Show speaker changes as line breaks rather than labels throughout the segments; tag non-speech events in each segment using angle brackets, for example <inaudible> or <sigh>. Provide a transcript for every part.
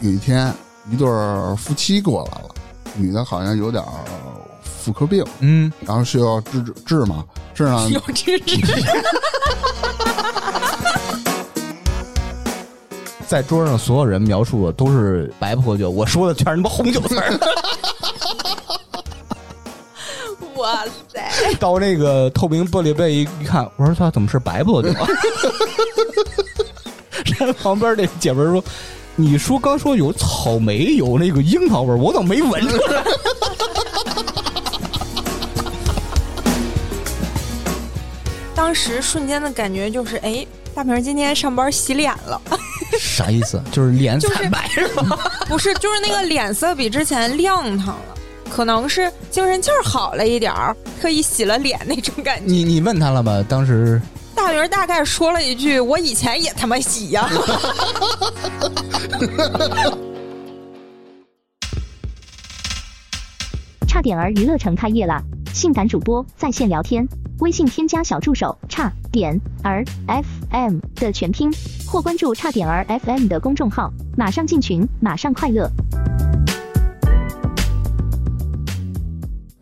有一天，一对儿夫妻过来了，女的好像有点儿妇科病，
嗯，
然后是要治治治嘛，治呢
<laughs> 有知识，
<laughs> 在桌上所有人描述的都是白葡萄酒，我说的全是他妈红酒词儿。
<laughs> 哇 <laughs> 塞！
到那个透明玻璃杯一一看，我说他怎么是白葡萄酒啊？ <laughs> 然后旁边那姐们儿说：“你说刚说有草莓，有那个樱桃味儿，我怎么没闻出
<laughs>
来？”
当时瞬间的感觉就是，哎，大明儿今天上班洗脸了， <laughs>
啥意思？就是脸
就是
惨白是吧？
不是，就是那个脸色比之前亮堂了，可能是精神劲儿好了一点儿，特意洗了脸那种感觉。
你你问他了吗？当时
大明儿大概说了一句：“我以前也他妈洗呀、 <laughs>
差点儿娱乐城开业啦！性感主播在线聊天，微信添加小助手差点儿 FM 的全拼，或关注差点儿 FM 的公众号，马上进群，马上快乐。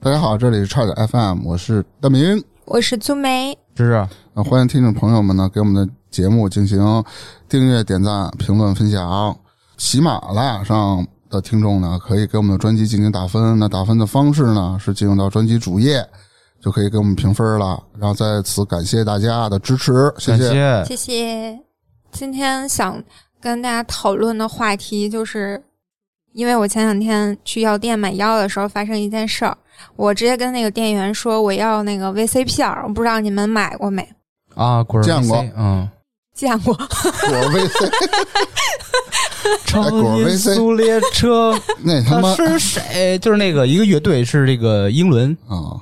大家好，这里是差点 FM，我是大明。
我是苏梅，
芝芝，
啊，欢迎听众朋友们呢给我们的节目进行订阅、点赞、评论、分享。喜马拉雅上的听众呢，可以给我们的专辑进行打分。那打分的方式呢，是进入到专辑主页，就可以给我们评分了。然后在此感谢大家的支持，谢谢。
谢。
谢谢。今天想跟大家讨论的话题就是，因为我前两天去药店买药的时候发生一件事儿，我直接跟那个店员说我要那个 VC 片儿，我不知道你们买过没？
啊，果然
见过
VC，嗯，
见过，
果微 C
哎
超
果
音
VC
速列
<laughs>
车，
那他妈
他是谁？就是那个一个乐队是这个英伦
啊，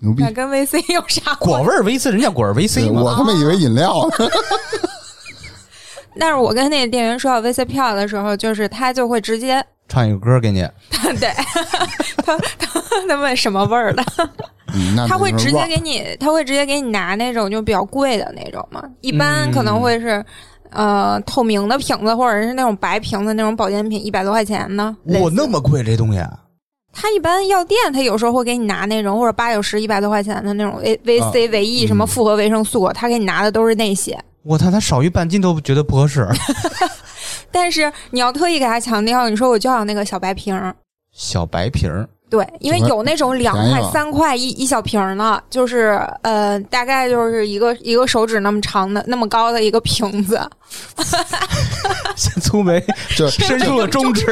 牛逼
那！ <laughs> 跟 VC 有啥
果
关？
味儿 VC，人家果味儿 VC
对
嘛。
我他妈以为饮
哦
料呢。
但是我跟那个店员说要 VC 票的时候，就是他就会直接， <laughs>
唱一个歌给你，
对， <laughs> 他 <laughs> 他他问什么味儿的，
<laughs> 嗯那
他会直接
你
给你，他会直接给你拿那种就比较贵的那种嘛，一般可
嗯
能会是。呃，透明的瓶子或者是那种白瓶子那种保健品，一百多块钱呢。
我那么贵这东西，啊
他一般药店，他有时候会给你拿那种或者八九十、一百多块钱的那种 V V
啊
C、维
嗯
E 什么复合维生素，他给你拿的都是那些。
我操，他少于半斤都觉得不合适。
但是你要特意给他强调，你说我就要那个小白瓶儿，
小白瓶儿，
对，因为
怎么
有那种两
便宜
块
了、
三块一一小瓶儿呢，就是呃，大概就是一个一个手指那么长的、那么高的一个瓶
<laughs>
子，
粗
<laughs>
眉
就
伸出了中指。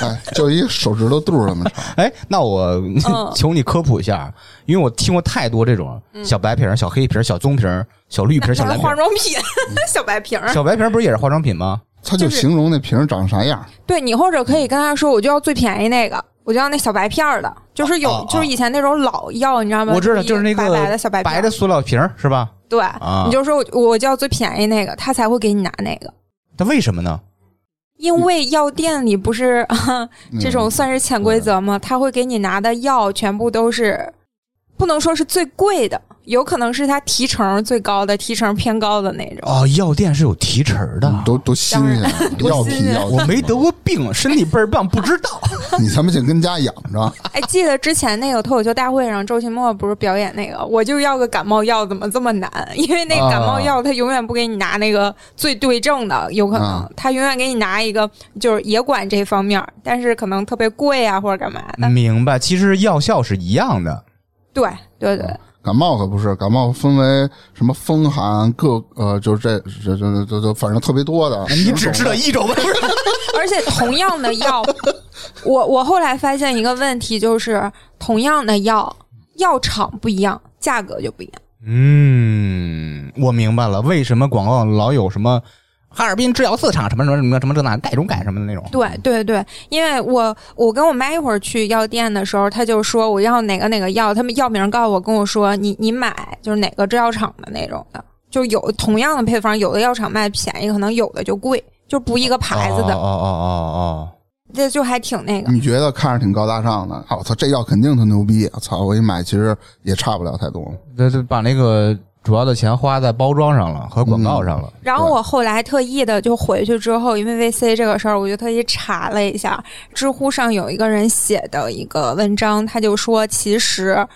哎，就一手指头肚儿那么长，
哎，那我
嗯
求你科普一下，啊因为我听过太多这种小白瓶儿、小黑瓶儿、小棕瓶儿、小绿瓶儿、小
那
蓝
是
瓶
化
儿。嗯
妆品 <laughs> 小白瓶儿。
小白瓶儿不是也是化妆品吗？
他就
就是
形容那瓶儿长啥样。
对你或者可以跟他说，我就要最便宜那个，我就要那小白片儿的，就是有、
哦哦
就是以前那种老药，你知道吗？
我知道，
啊一
就是那
白
个
白的小白片儿
的塑料瓶儿是吧？
对，
啊
你就说我我就要最便宜那个，他才会给你拿那个。
它为什么呢？嗯
因为药店里不是、
嗯
这种算是潜规则吗？他会给你拿的药全部都是，不能说是最贵的，有可能是他提成最高的，提成偏高的那种。
哦，药店是有提成儿的。
嗯多多新鲜啊，
多
药
新
品
鲜
药品。
我没得过病， <laughs> 身体倍儿棒，不知道。
你他妈就跟家养着，
哎，记得之前那个脱口秀大会上，周奇墨不是表演那个，我就要个感冒药，怎么这么难？因为那个感冒药他永远不给你拿那个最对症的，有可能
啊
他永远给你拿一个就是也管这方面儿，但是可能特别贵啊或者干嘛
<laughs>
的。
明白，其实药效是一样的。
对对对，
感冒可不是，感冒分为什么风寒各呃，就是这这这这这，反正特别多的。
<laughs> 哎你只知道一种 <laughs> 味儿。
而且同样的药，我我后来发现一个问题，就是同样的药，药厂不一样，价格就不一样。
嗯，我明白了，为什么广告老有什么哈尔滨制药四厂什么什么什么什么这那改中改什么的那种？
对对对，因为我我跟我妈一会儿去药店的时候，她就说我要哪个哪个药，他们药名告诉我，跟我说你你买就是哪个制药厂的那种的，就有同样的配方，有的药厂卖便宜，可能有的就贵，就不一个牌子
哦
的，
哦哦
这就还挺那个。
你觉得看着挺高大上的，啊我操，这药肯定特牛逼！我操，我一买其实也差不了太多。
哦哦，这这把那个主要的钱花在包装上了和广告上了。
然后我后来特意的就回去之后，因为 VC 这个事儿，我就特意查了一下，知乎上有一个人写的一个文章，他就说，其实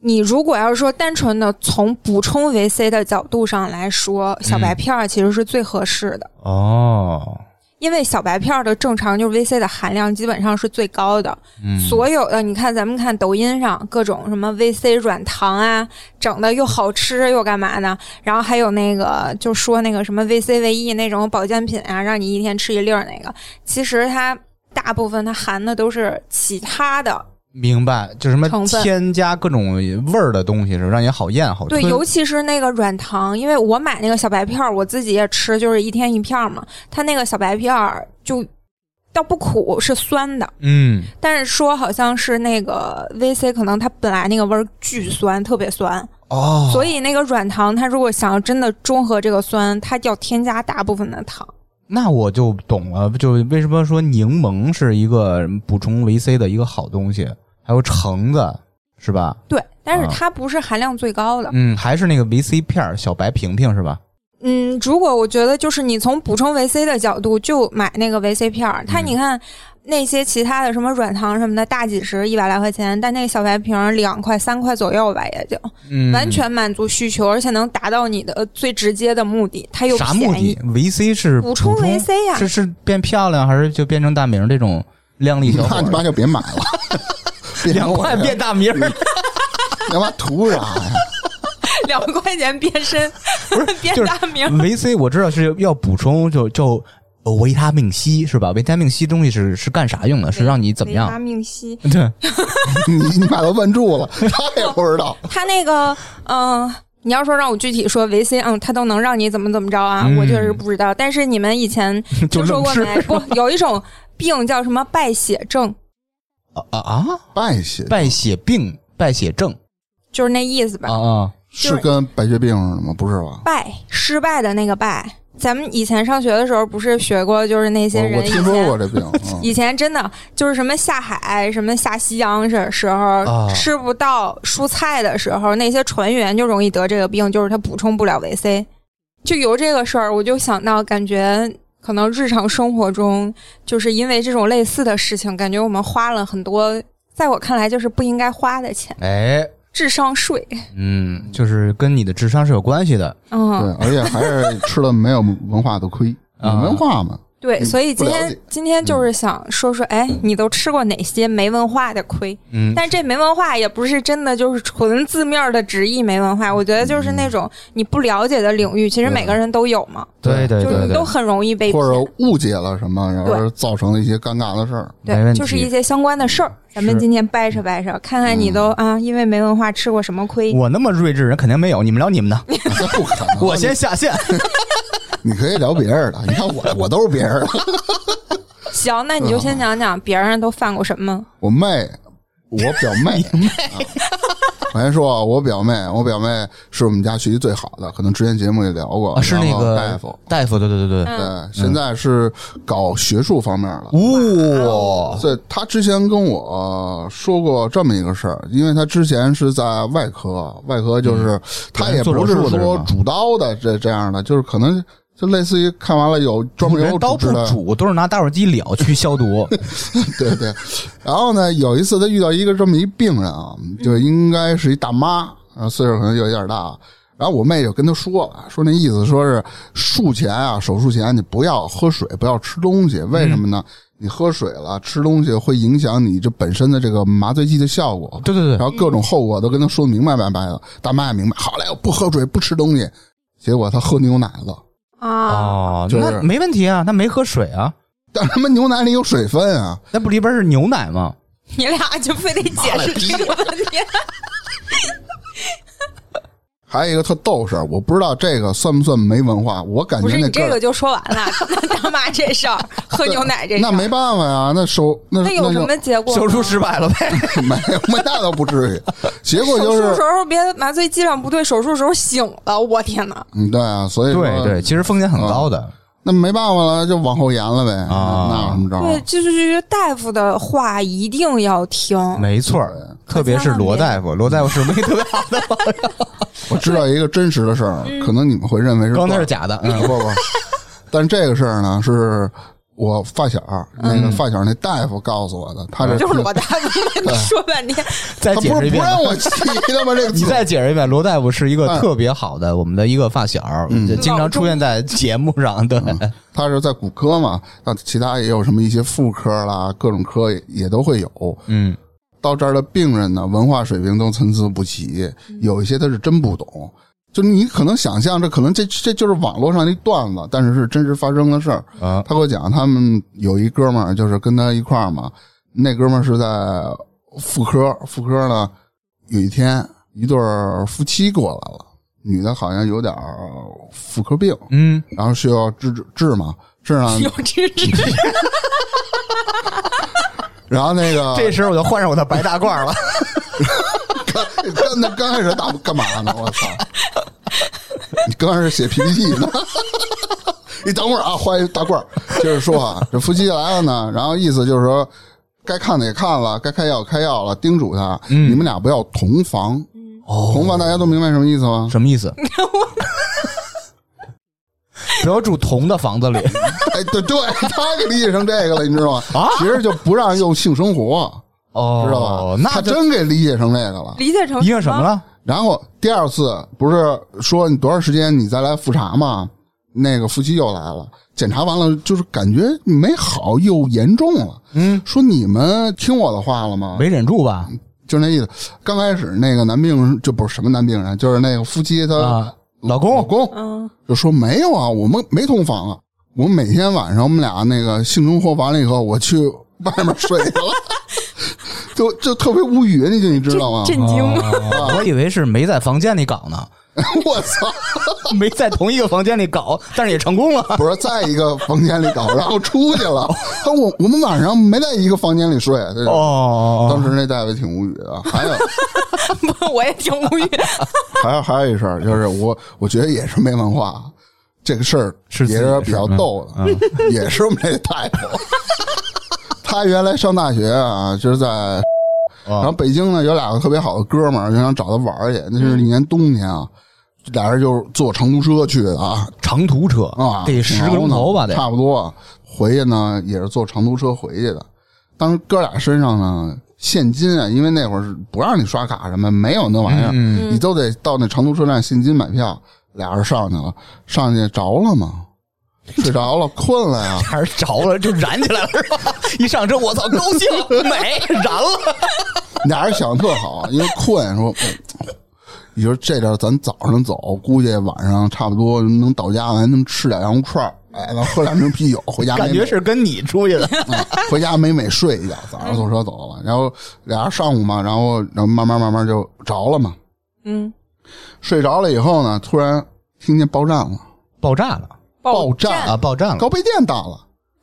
你如果要是说单纯的从补充 VC 的角度上来说，小白片儿其实是最合适的，
哦，
因为小白片儿的正常就是 VC 的含量基本上是最高的，
嗯，
所有呃的你看，咱们看抖音上各种什么 VC 软糖啊，整的又好吃又干嘛呢？然后还有那个就说那个什么 VC 维 E 那种保健品啊，让你一天吃一粒儿那个，其实它大部分它含的都是其他的，
明白，就什么
成分
添加各种味儿的东西，是吧让你好咽好
对，
吞
尤其是那个软糖，因为我买那个小白片儿，我自己也吃，就是一天一片儿嘛，它那个小白片儿就倒不苦，是酸的。
嗯，
但是说好像是那个 VC，可能它本来那个味儿巨酸，特别酸。
哦，
所以那个软糖，它如果想要真的中和这个酸，它要添加大部分的糖。
那我就懂了，就为什么说柠檬是一个补充维 C 的一个好东西，还有橙子，是吧？
对，但是
啊
它不是含量最高的。
嗯，还是那个维 C 片儿，小白瓶瓶是吧？
嗯，如果我觉得就是你从补充维 C 的角度，就买那个维 C 片儿，它
嗯
你看。那些其他的什么软糖什么的，大几十一百来块钱，但那个小白瓶儿两块三块左右吧，也就
嗯，
完全满足需求，而且能达到你的最直接的目的，它又
啥目
便
的
宜，
维 C 是
补充维 C 呀、
是是变漂亮，还是就变成大明这种靓丽小伙
那你妈
儿？
就别买了，别买
<laughs> 两
我
块
这
变大明儿，
他妈图啥呀？
<laughs> 两块钱变身， <laughs> 变
就是
大名儿。
维 C 我知道是要补充，就就呃维他命 C 是吧？维他命 C 东西是是干啥用的？是让你怎么
维他
样？
命 C，
对，
你你把他问住了， <laughs> 他也不知道。
它那个，嗯、你要说让我具体说维 C，嗯，它都能让你怎么怎么着啊？
嗯
我确实不知道。但是你们
<laughs>
以前
就
听说
愣
过
吃
没？不，有一种病叫什么败血症，
啊啊啊！
败血
败血病、败血症
就是那意思吧？
啊啊！
是跟白血病似的吗？不是吧？
败，失败的那个败。咱们以前上学的时候不是学过，就是那些
哦我我
人以
听说过
前。
这病，嗯
以前真的就是什么下海、什么下西洋的时候，
啊
吃不到蔬菜的时候，那些船员就容易得这个病，就是他补充不了维 C。就由这个事儿，我就想到，感觉可能日常生活中，就是因为这种类似的事情，感觉我们花了很多，在我看来就是不应该花的钱，
哎，
智商税。
嗯，就是跟你的智商是有关系的。
对
嗯，，
而且还是吃了没有文化的亏，
啊
没文化嘛。
对，
嗯
所以今
不了
天
解
今天就是想说说，哎，你都吃过哪些没文化的亏？
嗯，
但这没文化也不是真的，就是纯字面的直译没文化。我觉得就是那种你不了解的领域，其实每个人都有嘛，
对对
就是
对
你
对
都，很容易被
或者误解了什么，然后造成了一些尴尬的事儿。
没问
对，
题
就是一些相关的事儿。咱们
是
今天掰扯掰扯，看看你都啊，因为没文化吃过什么亏？
我那么睿智人肯定没有，你们聊你们的，
那不可能，啊
<laughs> 我 <laughs> 先下线。
你可以聊别人的。你看我，我都是别人的。
行，那你就先讲讲别人都犯过什么。
我妹，我表妹，啊我先说啊，我表妹，我表妹是我们家学习最好的，可能之前节目也聊过，
啊是那
然后
个
大夫。
大夫，对对对对，
对，现在是搞学术方面的。
嗯哇，
对，他之前跟我说过这么一个事儿，因为他之前是在外科，外科就是、他也不是
嗯做手术的是
说
吗
主刀的这这样的，就是可能就类似于看完了有专门有
人刀
主治
不
的，
煮，都是拿打火机燎去消 <laughs> 毒。
<laughs> 对对。然后呢，有一次他遇到一个这么一病人啊，就应该是一大妈，啊，岁数可能有点大。然后我妹就跟他说了，说那意思说是术前啊，手术前你不要喝水，不要吃东西，为什么呢？你喝水了，吃东西会影响你这本身的这个麻醉剂的效果。
对对
然
对，
后各种后果都跟他说明白明白了，大妈也明白。好嘞，我不喝水，不吃东西，结果他喝牛奶了，
啊，
哦，
就是
那没问题啊，那没喝水啊，
但他妈牛奶里有水分啊！
那不里边是牛奶吗？
你俩就非得解释这个问题。
还有一个特逗事儿，我不知道这个算不算没文化，我感
不
觉
是
那
你
哥
这
儿
个就说完了，大妈这事儿，喝牛奶这事
那
儿，
没办法呀，那手嗯那
那有
就
什么结果吗？
手术失败了呗？
<laughs> 没有，那倒不至
<laughs>
于。结果就
手术时
是，
候别麻醉剂量不对，手术时候醒了，我天哪！
嗯，对啊，所以说
<laughs> 对对，，其实风险很高的。
那没办法了，就往后延了呗，
啊
那有什么招儿？啊
嗯
对，就是大夫的话一定要听。
没错儿，特别是罗大夫，罗大夫是没特别好 <laughs> 的朋友，
我知道一个真实的事儿，
嗯
可能你们会认为是
刚才
段
是假的，
子
嗯，
不不，但这个事儿呢是。我发小那个发小那大夫告诉我的，他这
嗯就是罗大夫，你说半天，
<laughs> 再
他
啊解
不
释
是
一
不
遍吧。
让我提的吗？这个
你
词
再解释一遍，罗大夫是一个
哎
特别好的我们的一个发小，就经常出现在节目上。对，
他是在骨科嘛，那其他也有什么一些妇科啦，各种科也也都会有。
嗯
到这儿的病人呢，文化水平都参差不齐，有一些他是真不懂。就你可能想象，这可能这这就是网络上一段子，但是是真实发生的事儿。
啊，
他给我讲，他们有一哥们儿，就是跟他一块儿嘛，那哥们儿是在妇科，妇科呢，有一天一对儿夫妻过来了，女的好像有点儿妇科病，
嗯，
然后需要治治治嘛，治呢，
有知识，
然后那个
这时候我就换上我的白大褂 <laughs> 了。
刚那刚开始打干嘛呢？我操！你刚开始写 PPT 呢？你等会儿啊，换一大褂儿，接着说啊。这夫妻来了呢，然后意思就是说，该看的也看了，该开药开药了，叮嘱他，
嗯
你们俩不要同房。
哦
同房大家都明白什么意思
<laughs>
吗？
什么意思？不要住同的房子里
哎，对对，他给理解成这个了，你知道吗？
啊
其实就不让用性生活，
哦，
知道吧？
那啊
他
就
真给理解成这个了。
理解成
因为什么？了？
然后第二次不是说你多长时间你再来复查吗？那个夫妻又来了，检查完了就是感觉没好，又严重了。
嗯，
说你们听我的话了吗？
没忍住吧？
就那意思。刚开始那个男病人就不是什么男病人，就是那个夫妻他
啊，老
老
公，
公
嗯，
就说没有啊，我们没同房啊。我们每天晚上我们俩那个性生活完了以后，我去外面睡去了，就就特别无语，你就你知道吗？
震惊了，
哦 <laughs> 我以为是没在房间里搞 <laughs> 呢，
<laughs> 我操！
没在同一个房间里搞，但是也成功了。
不是在一个房间里搞，然后出去了。 <laughs> 他说我我们晚上没在一个房间里睡。对当
哦，
时那大夫挺无语
<laughs>
的。还有
不我也挺无语。
还有还有一事儿，就是我我觉得也是没文化。这个事儿
是自己
也
的事
是
儿嗯
比较逗的， <laughs> 也是我们这大夫。 <laughs> 他原来上大学啊，就是在然后
哦
北京呢有俩个特别好的哥们儿，就想找他玩儿去。那是一年冬天啊，俩人就是坐长途车去的啊，
长途车
啊，
得十个钟头吧，得
差不多。回去呢也是坐长途车回去的。当时哥俩身上呢现金啊，因为那会儿是不让你刷卡什么，没有那玩意儿，
嗯
你都得到那长途车站现金买票。俩人上去了，上去着了吗？睡着了，困了呀。
还是着了就燃起来了，是吧？
<laughs>
一上车，我操，高兴美燃了，
俩人想得特好，因为困，说，哎你说这点儿咱早上走，估计晚上差不多能到家，还能吃点羊肉串儿，哎，然后喝两瓶啤酒，回家
感
没
觉是跟你出
<laughs>
去的。
回家美美睡一觉，早上坐车走了。然后俩人上午嘛，然后然后慢慢慢慢就着了嘛。
嗯，
睡着了以后呢，突然听见爆炸了，
爆炸了
爆炸
啊！爆炸了
高碑店到了。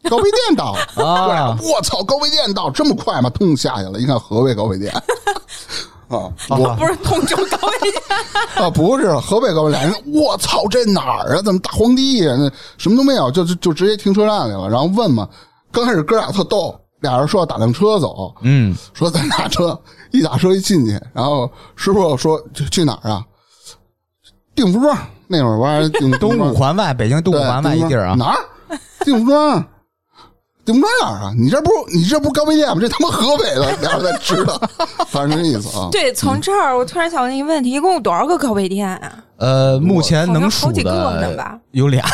高碑店到了
<laughs> 啊！
我操！高碑店到这么快吗？通下去了，一看河北高碑店啊，我
不是同州高一点，
啊不是河北高碑店，我操，这哪儿啊？怎么大荒地呀、那什么都没有，就就就直接停车站里了。然后问嘛，刚开始哥俩特逗，俩人说要打辆车走，
嗯，
说咱打车，一打车一进去，然后师傅说去去哪儿啊？定福庄那会儿玩定 <laughs>
东五
五
环外，北京东五环外一地儿啊，
哪儿？定福庄，啊定福庄哪儿啊？你这不你这不高碑店吗？这他妈河北的， <laughs> 俩人在知道，反正这意思啊。
对，从这儿我突然想问一个问题：一共有多少个高碑店啊？
呃，目前能
好
数
像好几个呢
的
吧
有俩。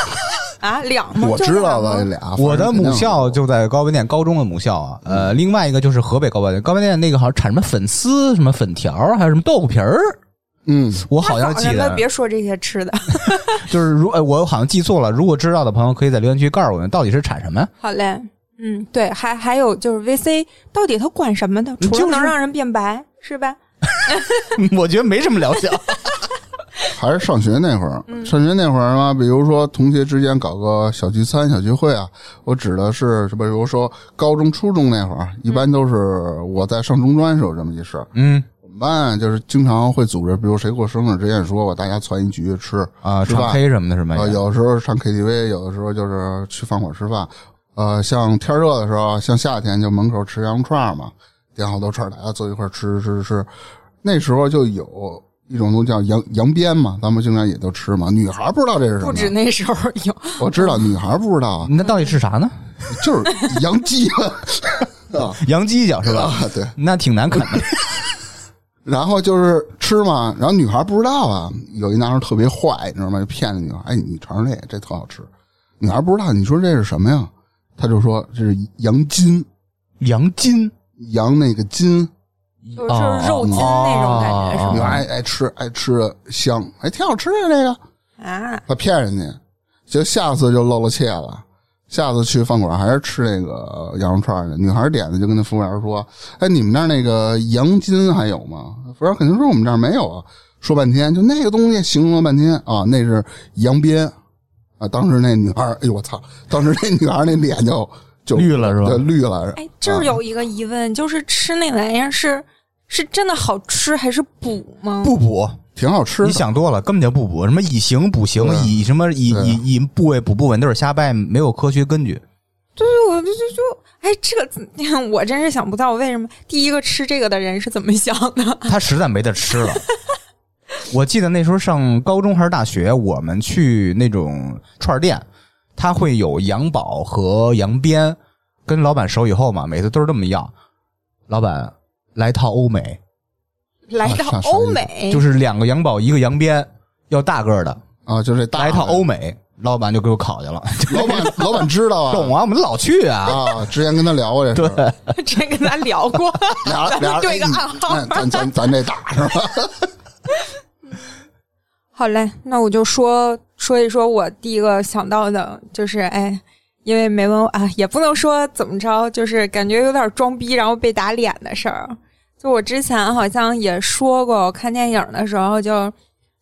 啊，两吗？
我
就
知道
两吗
了这俩，
我的
反正
母
肯定
校就在高碑店，高中的母校啊。呃，另外一个就是河北高碑店，高碑店那个好像产什么粉丝、什么粉条，还有什么豆腐皮儿，
嗯，
我好像记
<laughs> 那
得。
别说这些吃的，
就是如哎，我好像记错了。如果知道的朋友，可以在留言区告诉我们到底是产什 <laughs> 么呀？
好嘞。嗯，对，还还有就是 VC 到底它管什么的？除
就
了
是
能让人变白，是吧？
我觉得没什么疗效。
还是上学那会儿，上学那会儿嘛，比如说同学之间搞个小聚餐、小聚会啊，我指的是什么？比如说高中、初中那会儿，一般都是我在上中专时候这么一事儿。
嗯
我们班啊就是经常会组织，比如谁过生日之前说吧，大家攒一局吃
啊，
吃
唱
饭。
K 什么的是吗？
呃，有时候上 KTV，有的时候就是去饭馆吃饭。呃，像天热的时候，像夏天就门口吃羊肉串儿嘛。点好多串儿，大家坐一块儿吃吃吃。那时候就有一种东西叫羊羊鞭嘛，咱们经常也都吃嘛。女孩儿不知道这是什
不止
么，
那时候有，
我知道女孩儿不知道啊，
那到底是啥呢？
就是 <laughs> 羊鸡 <laughs> 啊，
羊犄角是吧？
对。
<laughs> 那挺难啃的。 <laughs>
然后就是吃嘛，然后女孩不知道啊，有一男孩特别坏，你知道吗？就骗那女孩，哎，你尝尝这个，这特好吃。女孩不知道，你说这是什么呀？他就说这是羊筋，
羊筋
羊那个筋，
<laughs> 就是肉筋那种感觉，
哦
女孩
是吧？
爱爱吃，爱吃的香，哎，挺好吃的这个。
啊，
他骗人家，就下次就露了怯了。下次去饭馆还是吃那个羊肉串去，女孩点的就跟那服务员说：“哎，你们那儿那个羊筋还有吗？”服务员肯定说：“我们这儿没有啊。”说半天就那个东西，形容了半天啊，那是羊鞭啊。当时那女孩，哎呦我操！当时那女孩那脸就就
绿了是吧
对，绿了。
哎，这
嗯
儿有一个疑问，就是吃那玩意儿是是真的好吃还是补吗？
不补，
挺好吃的。
你想多了，根本就不补。什么以形补形
对，
以什么以
对
以以部位补部位，都是瞎掰，没有科学根据。
对，我就就就哎，这个 <laughs> 我真是想不到，为什么第一个吃这个的人是怎么想的？
他实在没得吃 <laughs> 了。我记得那时候上高中还是大学，我们去那种串儿店，他会有羊宝和羊鞭，跟老板熟以后嘛，每次都是这么要。老板来套欧美，
来到
啥啥
欧
意思
美，
就是两个羊宝一个羊鞭，要大个儿的，
啊，就这大
来一套欧美，老板就给我烤去了。
老板，老板知道啊，
懂啊，我们老去啊。
啊，之前跟他聊过这事儿。
<laughs> 这跟咱聊过，
俩
咱
俩
们对个
哎
暗号
哎咱咱咱这打是吧？
好嘞，那我就说说一说我第一个想到的，就是哎，因为没文啊，也不能说怎么着，就是感觉有点装逼，然后被打脸的事儿。就我之前好像也说过，我看电影的时候就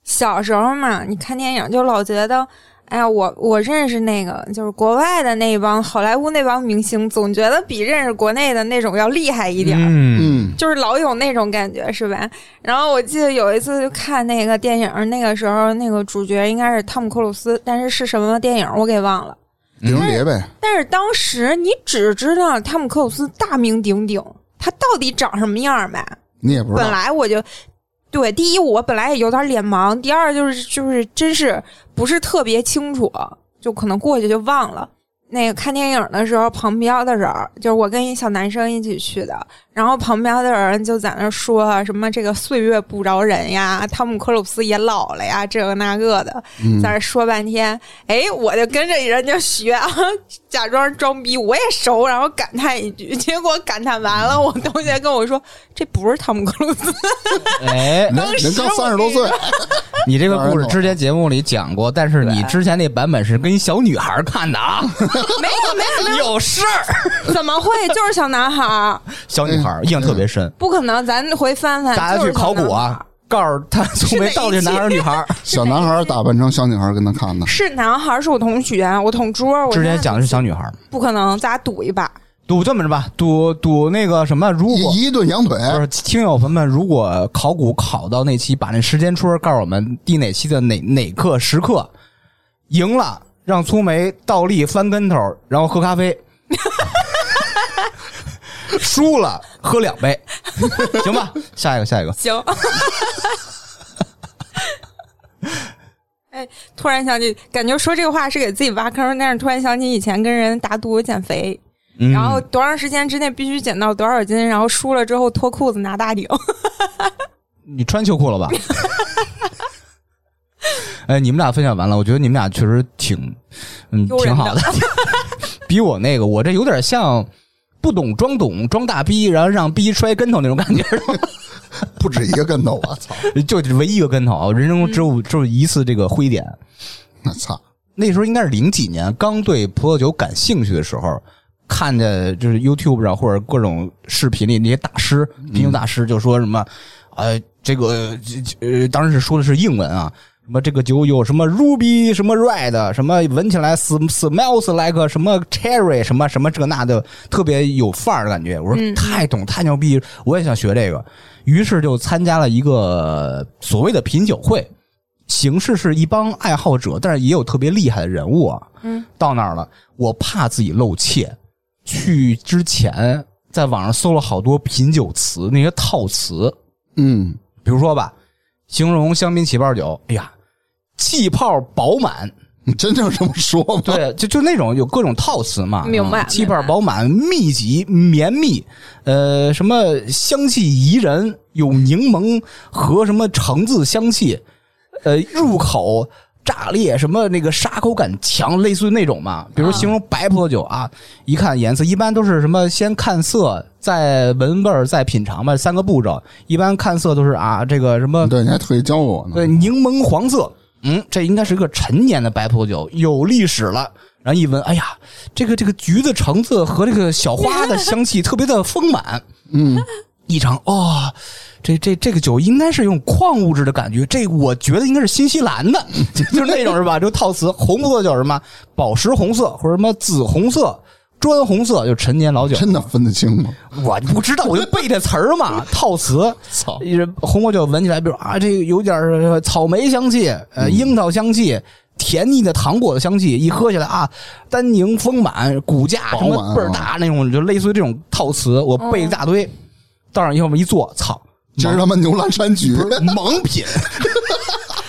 小时候嘛，你看电影就老觉得，哎呀，我我认识那个就是国外的那帮好莱坞那帮明星，总觉得比认识国内的那种要厉害一点儿。
嗯，
嗯，
就是老有那种感觉，是吧？然后我记得有一次就看那个电影，那个时候那个主角应该是汤姆·克鲁斯，但是是什么电影我给忘了。
顶
嗯
碟呗，
但是当时你只知道汤姆·克鲁斯大名鼎鼎，他到底长什么样儿吧？
你也不知
本
道。
来我就对，第一我本来也有点脸盲，第二就是就是真是不是特别清楚，就可能过去就忘了。那个看电影的时候，旁边的人儿就是我跟一小男生一起去的，然后旁边的人就在那儿说什么这个岁月不饶人呀，汤姆克鲁斯也老了呀，这个那个的，
嗯
在那儿说半天。哎，我就跟着人家学啊，假装装逼，我也熟，然后感叹一句，结果感叹完了，我同学跟我说这不是汤姆克鲁斯，
嗯
哎，
人
当时
人刚
我
三十多岁，
你这个故事之前节目里讲过，但是你之前那版本是跟一小女孩儿看的啊，
<laughs> 没有没有没
有事儿。
有，怎么会就是小男孩儿？
小女孩
嗯
儿印象特别深，
不可能，咱回翻翻，
大家
就是
去
小
考古
男孩儿
啊，告诉他苏梅到底是男孩儿女孩儿。
小男孩打扮成小女孩跟他
<laughs>
看的，
是男孩儿，是我同学，我同桌。 <laughs> 我
之前
看
讲的是小女孩儿，
不可能，咱俩赌一把。
赌这么着吧，赌赌那个什么，如果
一一顿羊腿，
不是听友朋友们，如果考古考到那期，把那时间戳告诉我们第哪期的哪哪刻时刻，赢了让苏梅倒立翻跟头，然后喝咖啡；输了喝两杯，行吧？下一个，下一个，
行。 <laughs> 哎，突然想起，感觉说这个话是给自己挖坑，但是突然想起以前跟人打赌减肥，
嗯
然后多长时间之内必须减到多少斤，然后输了之后脱裤子拿大顶。
你穿秋裤了吧？ <laughs> 哎，你们俩分享完了，我觉得你们俩确实挺，嗯，
丢人
挺
的
好的， <laughs> 比我那个，我这有点像不懂装懂装大逼，然后让逼摔跟头那种感觉， <laughs>
不止一个跟头，我啊操！
就唯一一个跟头啊，人生中只有只有一次这个灰点。
我操！
那时候应该是零几年，刚对葡萄酒感兴趣的时候，看见就是 YouTube 上或者各种视频里那些大师、品酒大师就说什么，呃，这个呃呃，当然是说的是英文啊，什么这个酒有什么 ruby 什么 red 什么闻起来 sm- smells like a 什么 cherry 什么什么这那的，特别有范儿的感觉。我说
嗯
太懂太牛逼，我也想学这个，于是就参加了一个所谓的品酒会。形式是一帮爱好者，但是也有特别厉害的人物啊。
嗯，
到那儿了，我怕自己露怯，去之前在网上搜了好多品酒词，那些套词，
嗯，
比如说吧，形容香槟起泡酒，哎呀，气泡饱满，
你真正这么说吗？
对，就就那种有各种套词嘛，
哦明白
嗯气泡饱满、密集、绵密，呃，什么香气宜人，有柠檬和什么橙子香气，呃，入口炸裂，什么那个沙口感强，类似于那种嘛。
啊
比如形容白葡萄酒啊，一看颜色，一般都是什么先看色，再闻味儿，再品尝吧，三个步骤。一般看色都是啊，这个什么
对，你还特意教我呢。
对，柠檬黄色，嗯，这应该是个陈年的白葡萄酒，有历史了。然后一闻，哎呀，这个这个橘子、橙子和这个小花的香气特别的丰满。
嗯，
一尝，哦，这这这个酒应该是用矿物质的感觉，这我觉得应该是新西兰的， <laughs> 就就是那种是吧？就套词，红葡萄酒是什么宝石红色或者什么紫红色、砖红色，就陈年老酒。
真的分得清吗？
我不知道，我就背这词儿嘛，套词。
操，
一人红果酒闻起来，比如啊，这个有点儿草莓香气，呃，樱桃香气，甜腻的糖果的香气，一喝起来啊，单宁丰满，骨架什
饱满
么倍儿大那种，就类似于这种套词，我背一大堆，到那儿以后我们一坐，操，
这是他妈牛栏山居，
盲品。 <laughs>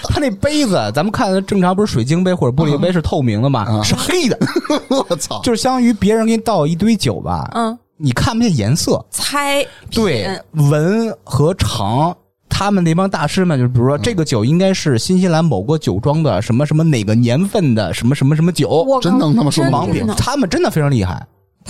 他那杯子，咱们看正常不是水晶杯或者玻璃杯是透明的嘛，
啊
是黑的，
我操！
就是相当于别人给你倒一堆酒吧，
嗯，
你看不见颜色，
猜
对，
嗯
闻和尝，他们那帮大师们，就比如说这个酒应该是新西兰某个酒庄的什么什么哪个年份的什么什么什么酒，
我
真能他妈说
盲
盲
品
品，
他们真的非常厉害。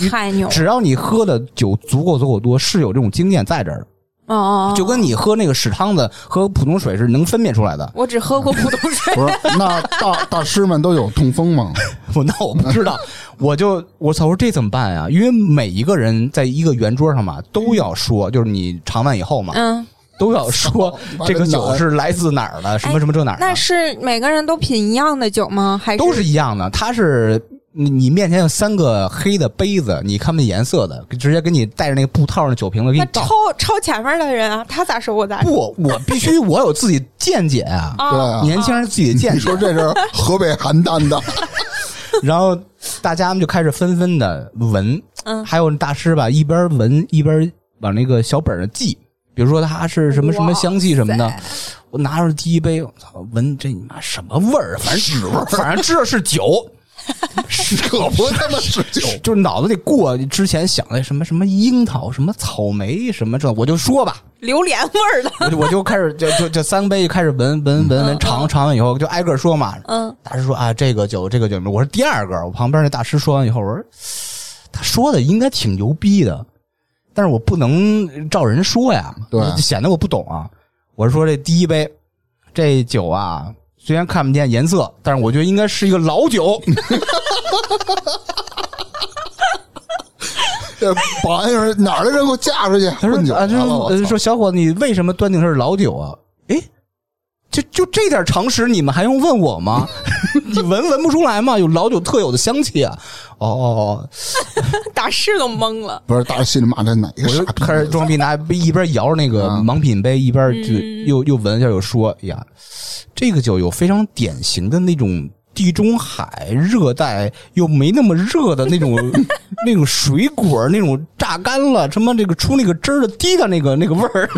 太牛了，
只要你喝的酒足够足够多，是有这种经验在这儿的，
哦哦，哦
就跟你喝那个屎汤子和普通水是能分辨出来的。 <laughs>
我只喝过普通水，
不是，那大大师们都有痛风吗？
我那我不知
<laughs>
道，我就我操，我说这怎么办呀？因为每一个人在一个圆桌上嘛，都要说，就是你尝完以后嘛，
嗯，
都要
<laughs>
说
妈
这个
真
酒
难
是来自哪儿的，什么什么这哪儿的。
那是每个人都品一样的酒吗？还
都是一样的，它是你你面前有三个黑的杯子，你看不见颜色的，直接给你带着那个布套那酒瓶子给
那
你倒。
超超前面的人啊，他咋说我咋说
不，我必须我有自己见解啊，
对
啊？
啊，
年轻人自己的见
<laughs>
你
解
说。这是河北邯郸
<laughs>
的，
然后大家就开始纷纷的闻，
嗯
还有大师吧，一边闻一边往那个小本上记。比如说它是什么什么
哇
香气什么的
塞，
我拿出第一杯，我操，闻这你妈什么味儿啊？反正
屎味儿
<laughs>
反正知道是酒，
可不他妈是酒。
<sniffs> 就是脑子里过之前想的什么什么樱桃、什么草莓、什么这，我就说吧，
榴莲味儿的， <laughs>
我就我就开始就就就三杯就开始闻闻闻闻尝尝完以后就挨个说嘛。
嗯，
大师说啊，这个酒这个酒，我说第二个，我旁边那大师说完以后，我说他说的应该挺牛逼的，但是我不能照人说呀，
对
就显得我不懂啊。我是说这第一杯，这酒啊，虽然看不见颜色，但是我觉得应该是一个老酒。
这保安员哪儿的人给我架出去
他说
混酒
啊，
来
就是
了？我
呃
操
说小伙，子，你为什么断定是老酒啊？诶，就就这点常识，你们还用问我吗？ <laughs> 你闻闻不出来吗？有老酒特有的香气啊！哦哦，哦
大师都懵了。
不是大师心里骂这哪一
我
个
就
傻
开始
逼？
装逼，拿一边摇着那个
啊
盲品杯，一边就
嗯
又又闻一下，又说：“哎呀，这个酒有非常典型的那种地中海热带又没那么热的那种那种水果，那种榨干了什么这个出那个汁儿的滴的那个那个味儿，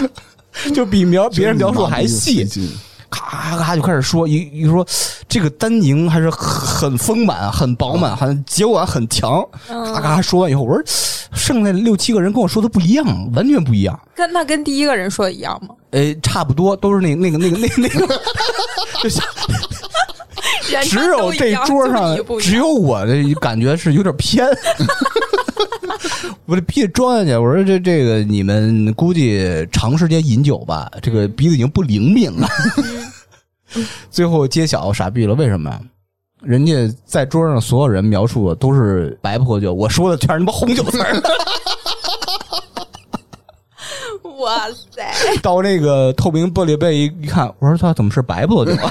<laughs> 就比描别人描述还细。”
真他妈的费劲
咔咔就开始说，一一说这个丹宁还是很很丰满、很饱满、很结果很强。咔咔说完以后，我说剩下六七个人跟我说的不一样，完全不一样。
跟那跟第一个人说的一样吗？
呃，差不多都是那那个那个那那个， <laughs> 就像
人
只
家
有
都一
这
样
桌
就是
上
一不，一
只
样
有我的感觉是有点
<laughs>
偏。我这鼻子装下去，我说这这个你们估计长时间饮酒吧，这个鼻子已经不灵敏了。
嗯
<laughs> 最后揭晓傻逼了，为什么呀？人家在桌上所有人描述的都是白葡萄酒，我说的全是他妈红酒词儿。
<laughs> 哇塞， <laughs>
到那个透明玻璃杯一一看，我说他怎么是白葡萄酒啊？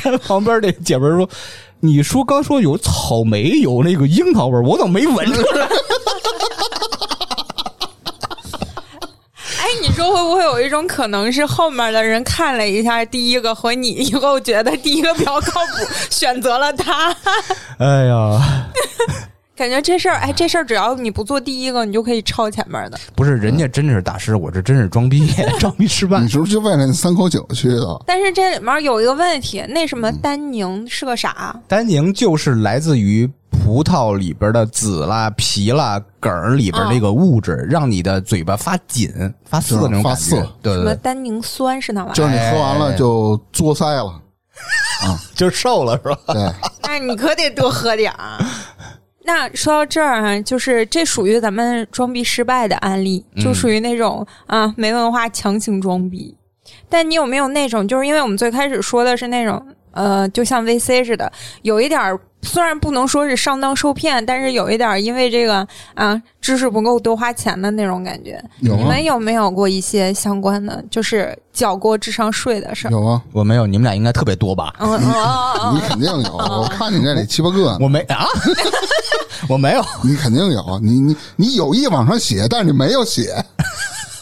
<laughs> 然后旁边那姐们儿说：“你说刚说有草莓，有那个樱桃味儿，我怎么没闻出 <laughs> 来
哎，你说会不会有一种可能是后面的人看了一下第一个和你以后 <laughs> 觉得第一个比较靠谱，选择了他？？”
哎呀，
感觉这事儿，哎，这事儿只要你不做第一个，你就可以超前面的。
不是人家真是大师，我这真是装逼， <laughs> 装逼失败
你。是不是就为了那三口酒去的？
但是这里面有一个问题，那什么丹宁是个啥？
单宁就是来自于葡萄里边的籽啦、皮啦、梗儿里边那个物质，让你的嘴巴发紧、发涩那种感
是发
觉
涩。
对
什
对
么
对，
丹宁酸是那玩意
就
儿？
是你喝完
哎
了就嘬腮了，
就是瘦了是吧？
<laughs>
对，
哎，你可得多喝点儿。啊那说到这儿啊，就是这属于咱们装逼失败的案例，就属于那种啊没文化强行装逼。但你有没有那种，就是因为我们最开始说的是那种呃，就像 VC 似的，有一点儿虽然不能说是上当受骗，但是有一点儿因为这个啊知识不够多花钱的那种感觉。
有
你
啊
们有没有过一些相关的，就是缴过智商税的事儿？
有啊，
我没有，你们俩应该特别多吧？
嗯哦哦哦
你肯定有，我看你这里七八个呢，
我没 <laughs> 啊，我没有。
你肯定有，啊你你你有意往上写，但是你没有写，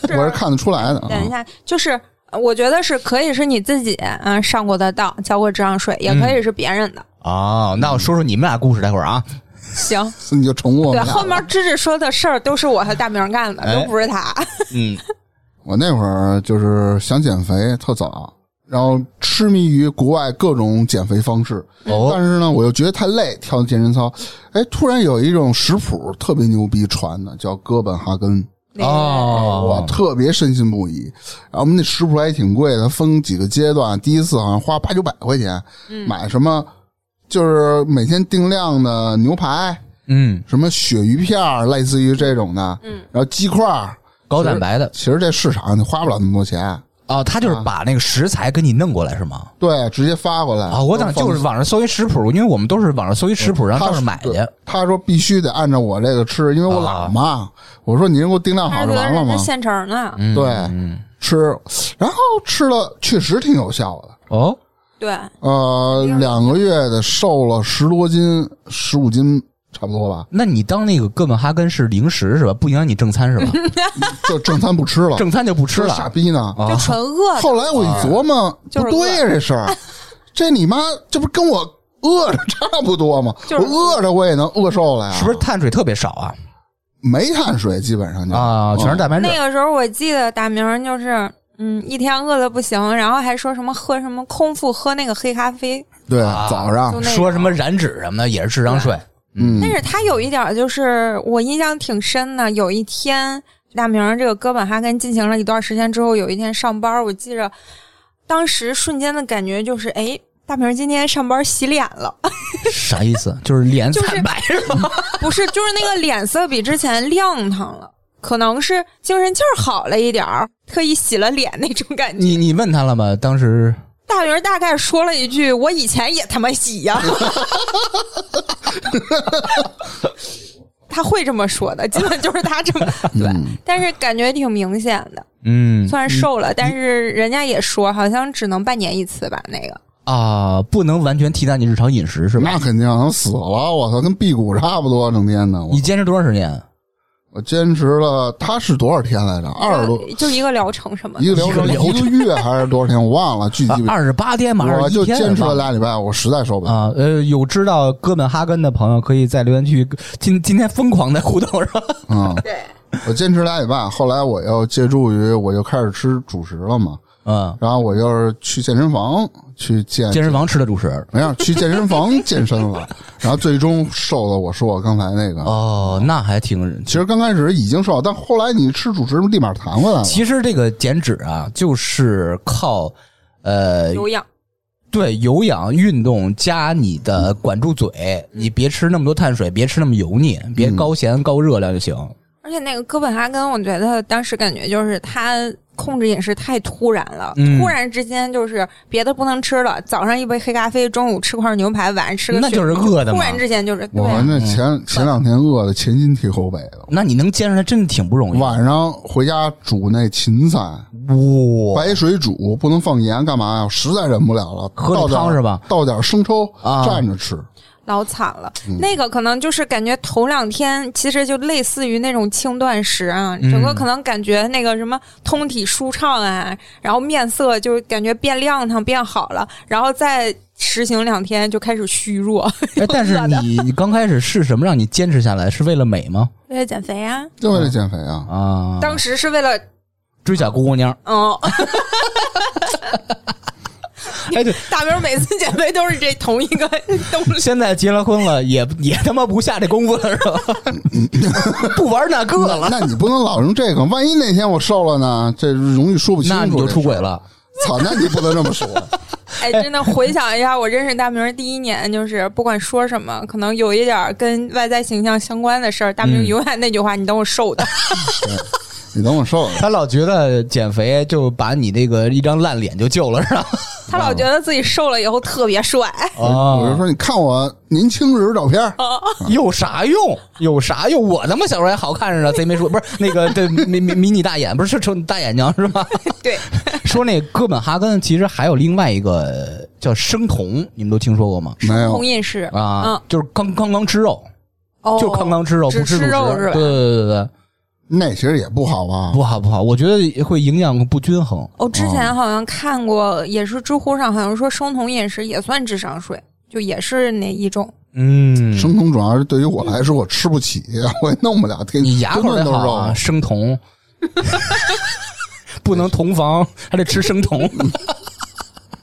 是
我是看得出来的啊。
等一下，就是呃我觉得是可以是你自己嗯、上过的当，交过智商税，也可以是别人的。
哦，那我说说你们俩故事，待会儿啊。
行，
你就宠我
对，
们俩
后面芝芝说的事儿都是我和大明干的，
哎
都不是他。
嗯，
我那会儿就是想减肥，特早，然后痴迷于国外各种减肥方式。但
哦，
是呢，我又觉得太累，跳健身操。哎，突然有一种食谱特别牛逼传的，叫哥本哈根，
那个
我
哦，
特别深信不疑。然后我们那食谱还挺贵的，分几个阶段，第一次好像花八九百块钱，
嗯
买什么就是每天定量的牛排，
嗯，
什么鳕鱼片儿，类似于这种的，
嗯，
然后鸡块儿。
高蛋白的
其实这市场你花不了那么多钱，
哦，他就是把那个食材给你弄过来是吗？
对，直接发过来。
啊，我想就是网上搜一食谱，因为我们都是网上搜一食谱，然后
他
到那儿买去。啊
对他说必须得按照我这个吃，因为我懒嘛。我说您给我定量
他
哦好
是
就
觉得
完了
人家
嘛。
现成的，
嗯
对
嗯，
吃，然后吃了确实挺有效的。
哦，，
对，
呃
肯定，是
两个月的瘦了十多斤，十五斤差不多吧
那你当那个哥本哈根是零食是吧？不影响你正餐是吧？
就正餐不吃了，
正餐就不吃
说
了
傻逼呢。
啊
就纯饿的。
<laughs> 后来我一琢磨，
就
不
是
对呀、这事儿，这你妈这不跟我饿着差不多吗？
就是
我饿着我也能饿瘦了呀，
是不是碳水特别少啊？
没碳水，基本上就
啊，全是蛋白质
那。个时候我记得大明就是。嗯，一天饿的不行，然后还说什么喝什么空腹喝那个黑咖啡，
对，
啊
早上
就那
说什么燃脂什么的也是智商税。
嗯
但，是他有一点儿就是我印象挺深的，有一天大明儿这个哥本哈根进行了一段时间之后，有一天上班儿，我记着当时瞬间的感觉就是，哎，大明儿今天上班儿洗脸了， <laughs>
啥意思？就是脸
就是
惨白是吧？
不是，就是那个脸色比之前亮堂了，可能是精神气儿好了一点儿，特意洗了脸那种感觉。
你你问他了吗？当时
大明儿大概说了一句：“我以前也他妈洗呀。”他会这么说的，基本就是他这
<laughs>
么对，
嗯
但是感觉挺明显的。
嗯
虽然瘦了，但是人家也说，好像只能半年一次吧。那个
啊，不能完全替代你日常饮食是吧？
那肯定能死了！我操，跟辟谷差不多，整天的。我
你坚持多长时间？
我坚持了，他是多少天来着？二十多
就就一个疗程什么
一
的，
个疗程，
呃一个疗
一个月还是多少天？我忘了
<laughs>
具体。
二十八天嘛，
我
21
就
天
坚持
吧
了俩礼拜，我实在受不了。
啊，呃，有知道哥本哈根的朋友，可以在留言区今今天疯狂的互
<laughs>
动是吧？
嗯，
对，
我坚持俩礼拜，后来我又借助于我就开始吃主食了嘛，
嗯，
然后我就是去健身房去健，
健身房吃的主食。
没有去健身
<laughs>
房健身了，然后最终瘦了。我说我刚才那个，
哦，那还挺。
其实刚开始已经瘦，但后来你吃主食立马弹回来了。
其实这个减脂啊，就是靠呃
有氧。
对有氧运动加你的管住嘴，
嗯
你别吃那么多碳水，别吃那么油腻，别高咸高热量就行。
而且那个哥本哈根，我觉得当时感觉就是他控制饮食太突然了，
嗯
突然之间就是别的不能吃了，早上一杯黑咖啡，中午吃块牛排，晚上吃个
那就是饿的
突
嘛。
然之间就是对
我
啊、
嗯
那前前两天饿的前心贴后背的，
那你能坚持，真的挺不容易。
晚上回家煮那芹菜，
哇，
白水煮，不能放盐，干嘛呀？实在忍不了了，
喝
倒
那
点
汤是吧？
倒点生抽
啊
蘸着吃，
老惨了。那个可能就是感觉头两天其实就类似于那种轻断食啊，
嗯
整个可能感觉那个什么通体舒畅啊，然后面色就感觉变亮堂、变好了，然后再实行两天就开始虚弱， <laughs>
哎，但是你你刚开始是什么让你坚持下来？是为了美吗？
为了减肥啊。
就
嗯
为了减肥啊。
啊，
当时是为了，
追小姑娘， <laughs>
嗯，
哎对，
大明每次减肥都是这同一个东西。
现在结了婚了，也也他妈不下这功夫了是吧？ <laughs> 不玩那个了，
那你不能老用这个，万一哪天我瘦了呢？这容易说不清楚。
那你就出轨。了。
<laughs> 操，那你不能这么
<laughs>
说。
哎，真的回想一下，我认识大明儿第一年，就是不管说什么，可能有一点儿跟外在形象相关的事儿，大
嗯
明儿永远那句话：“你等我瘦的。
你等我瘦了，
他老觉得减肥就把你这个一张烂脸就救了是 <laughs> 吧？”
他老觉得自己瘦了以后特
<laughs>
别帅，
我就
啊，
说你看我年轻时照片儿，
哦有啥用？有啥用？我他妈小时候还好看着呢，贼没说，不是那个对迷迷迷你大眼，不是瞅你大眼睛是吧？ <laughs>
对，
说那哥本哈根其实还有另外一个叫生酮，你们都听说过吗？
没有
红饮食
啊
嗯，，
就是刚刚刚吃肉，
哦，
就刚刚吃肉，
只
不吃主
吃肉是吧
对对对对，
那其实也不好啊吧？
不好不好，我觉得会营养不均衡。
我哦之
哦
前好像看过，也是知乎上好像说生酮饮食也算智商税，就也是那一种。 <laughs>
嗯
生酮主要是对于我来说，我吃不起，我也弄不了天。
你牙
顿
口
顿
得
都是
好
肉
啊，，生 <laughs> 酮，不能同房，还得吃生 <laughs> 酮，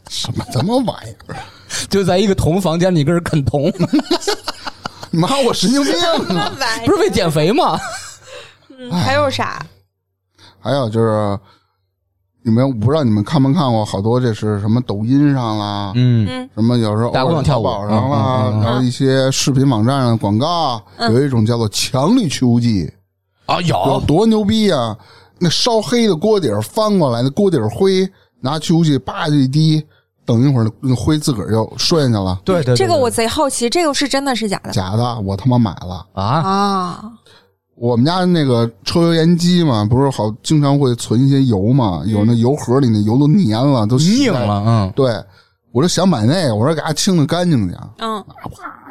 什么什么玩意儿？啊
就在一个同房间里跟人啃
<laughs>
酮，
你妈，我神经病啊！
玩
不是为减肥吗？
嗯还有啥？
还有就是，你们不知道你们看没看过，好多这是什么抖音上啊啦，
嗯，
嗯，
什么有时候
打
偶
广
尔
跳
淘
舞
宝上啦，
嗯嗯嗯嗯嗯
然后一些视频网站上的广告，有一种叫做强力去污剂，
啊
有
有，
多牛逼啊！那烧黑的锅底儿翻过来，那锅底儿灰，拿去污剂叭就一滴，等一会儿那灰自个儿就顺下去了。
对对对，
这个
对
我贼好奇，这个是真的是假的
假的，我他妈买了。
啊，
啊？
我们家那个抽油烟机嘛，不是好经常会存一些油嘛，有那油盒里那油都粘了，都洗
硬
在。
嗯了，嗯，
对，我就想买那个，我说给它清的干净点儿，
嗯，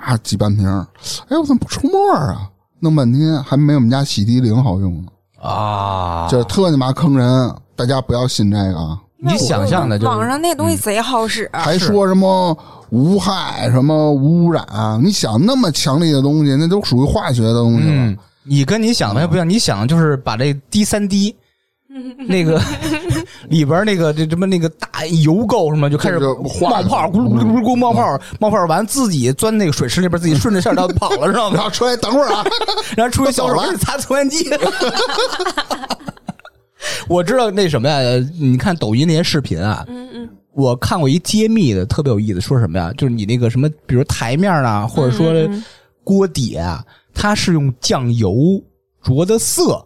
啊，挤半瓶儿。哎，我怎么不出沫儿啊？弄半天还没我们家洗涤灵好用呢，
啊，
这特你妈坑人！大家不要信这个啊，
你想象的就是嗯
网上那东西贼好使，
啊
还说什么无害、什么无污染、你想那么强力的东西，那都属于化学的东西了。
嗯，你跟你想的还不一样，
嗯
你想的就是把这滴三
<laughs>
滴。那个里边那个这什么那个大油垢什么就开始
就是
冒泡，咕噜
嗯
咕噜咕噜咕噜冒泡，冒泡完自己钻那个水池里边，自己顺着下水道跑了，知道
<laughs> 然
吗？
后出来等会儿啊，
然后出一小手
走了
儿擦抽
<laughs>
烟机。我知道那什么呀，你看抖音那些视频啊，
嗯嗯，
我看过一揭秘的，特别有意思，说什么呀？就是你那个什么，比如台面啊，或者说
嗯嗯嗯
锅底啊，它是用酱油着的色，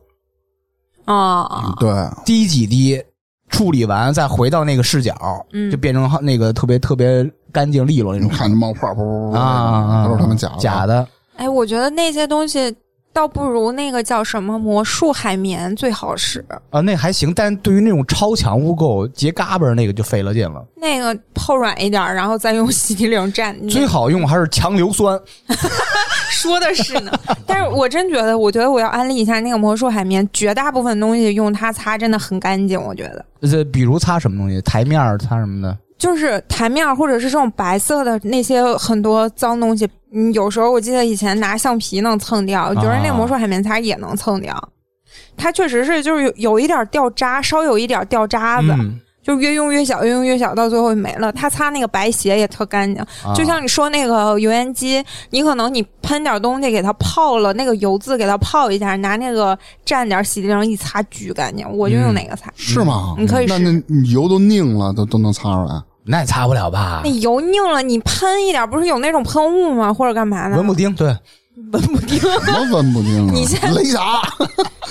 嗯
啊，
对，
滴几滴处理完，再回到那个视角，
嗯
就变成好那个特别特别干净利落那
你
种
看这冒泡，噗噗噗噗
啊啊，
嗯都是他们假
的
的，
假的
哎，我觉得那些东西倒不如那个叫什么魔术海绵最好使，
啊，那还行，但是对于那种超强污垢结嘎巴儿那个就费了劲了。
那个泡软一点儿，然后再用洗涤灵蘸。你
最好用还是强硫酸，
说的是呢，但是我真觉得，我觉得我要安利一下那个魔术海绵，绝大部分东西用它擦真的很干净，我觉得。
这比如擦什么东西，台面儿擦什么的，
就是台面儿或者是这种白色的那些很多脏东西，嗯，有时候我记得以前拿橡皮能蹭掉，
啊
我觉得那魔术海绵擦也能蹭掉。它确实是就是有有一点儿掉渣，稍有一点儿掉渣子，
嗯
就越用越小，越用越小，到最后没了。它擦那个白鞋也特干净，
啊
就像你说那个油烟机，你可能你喷点东西给它泡了，那个油渍给它泡一下，拿那个蘸点洗涤灵一擦，巨干净。我就
嗯
用哪个擦，
是吗？
嗯你可以
那
试
那你油都拧了，都都能擦出来。
那也擦不了吧
那？油拧了，你喷一点，不是有那种喷雾吗？或者干嘛的？
文补丁对，
文不
<laughs>
丁，
什么文不丁啊？
你先
雷达，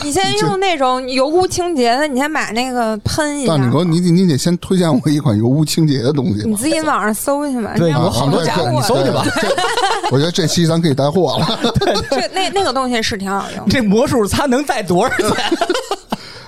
你先用那种油污清洁的，你先买那个喷一下
但。是你给我，你得你得先推荐我一款油污清洁的东西吧。
你自己网上搜去吧，
对
你知道
啊
有
吗
好多
我
家
讲
伙
过
你搜去吧
对。这我觉得这期咱可以带货了。
这那那个东西是挺好用
<laughs>
的。
这魔术擦能带多少钱？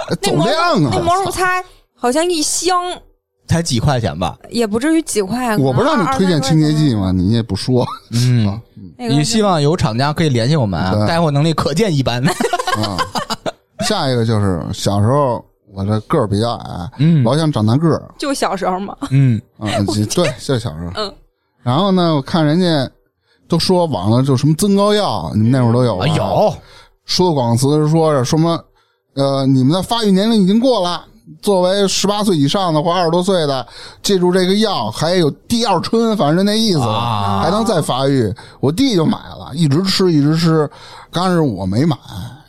那
走 <laughs>
魔术
量
那魔
啊！
术擦好像一箱
<laughs> 才几块钱吧？
也不至于几块。
我不让你推荐清洁剂嘛，你也不说
嗯，也希望有厂家可以联系我们啊，
对
带货能力可见
<laughs>
一斑。
啊。下一个就是小时候我这个儿比较矮，
嗯
老想长大个儿
就小时
<laughs>
候嘛，
嗯
啊，对，就是小时候。
嗯，
然后呢，我看人家都说网上就什么增高药，你们那会儿都有吧？
啊，有
说的广词是说是什么，呃，你们的发育年龄已经过了。作为十八岁以上的或二十多岁的，记住这个药还有第二春，反正就那意思吧，
啊
还能再发育。我弟就买了，一直吃，一直吃。刚开始我没买，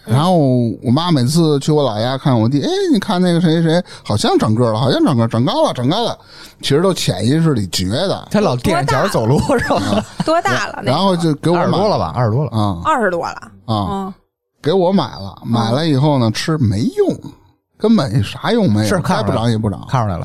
嗯
然后我妈每次去我老家看我弟，哎，你看那个谁谁好像长个儿了，好像长个儿，长高了，长高了。其实都潜意识里觉得，
他老垫着脚走路是吧？
多大了？那
然后
时候
就给我
二十
买
多了吧？二十多了，
啊
二十多了。
啊，
嗯，
给我买了，买了以后呢，吃没用，根本啥用没有，
是
该
看出来
不长也不长，
看出来了，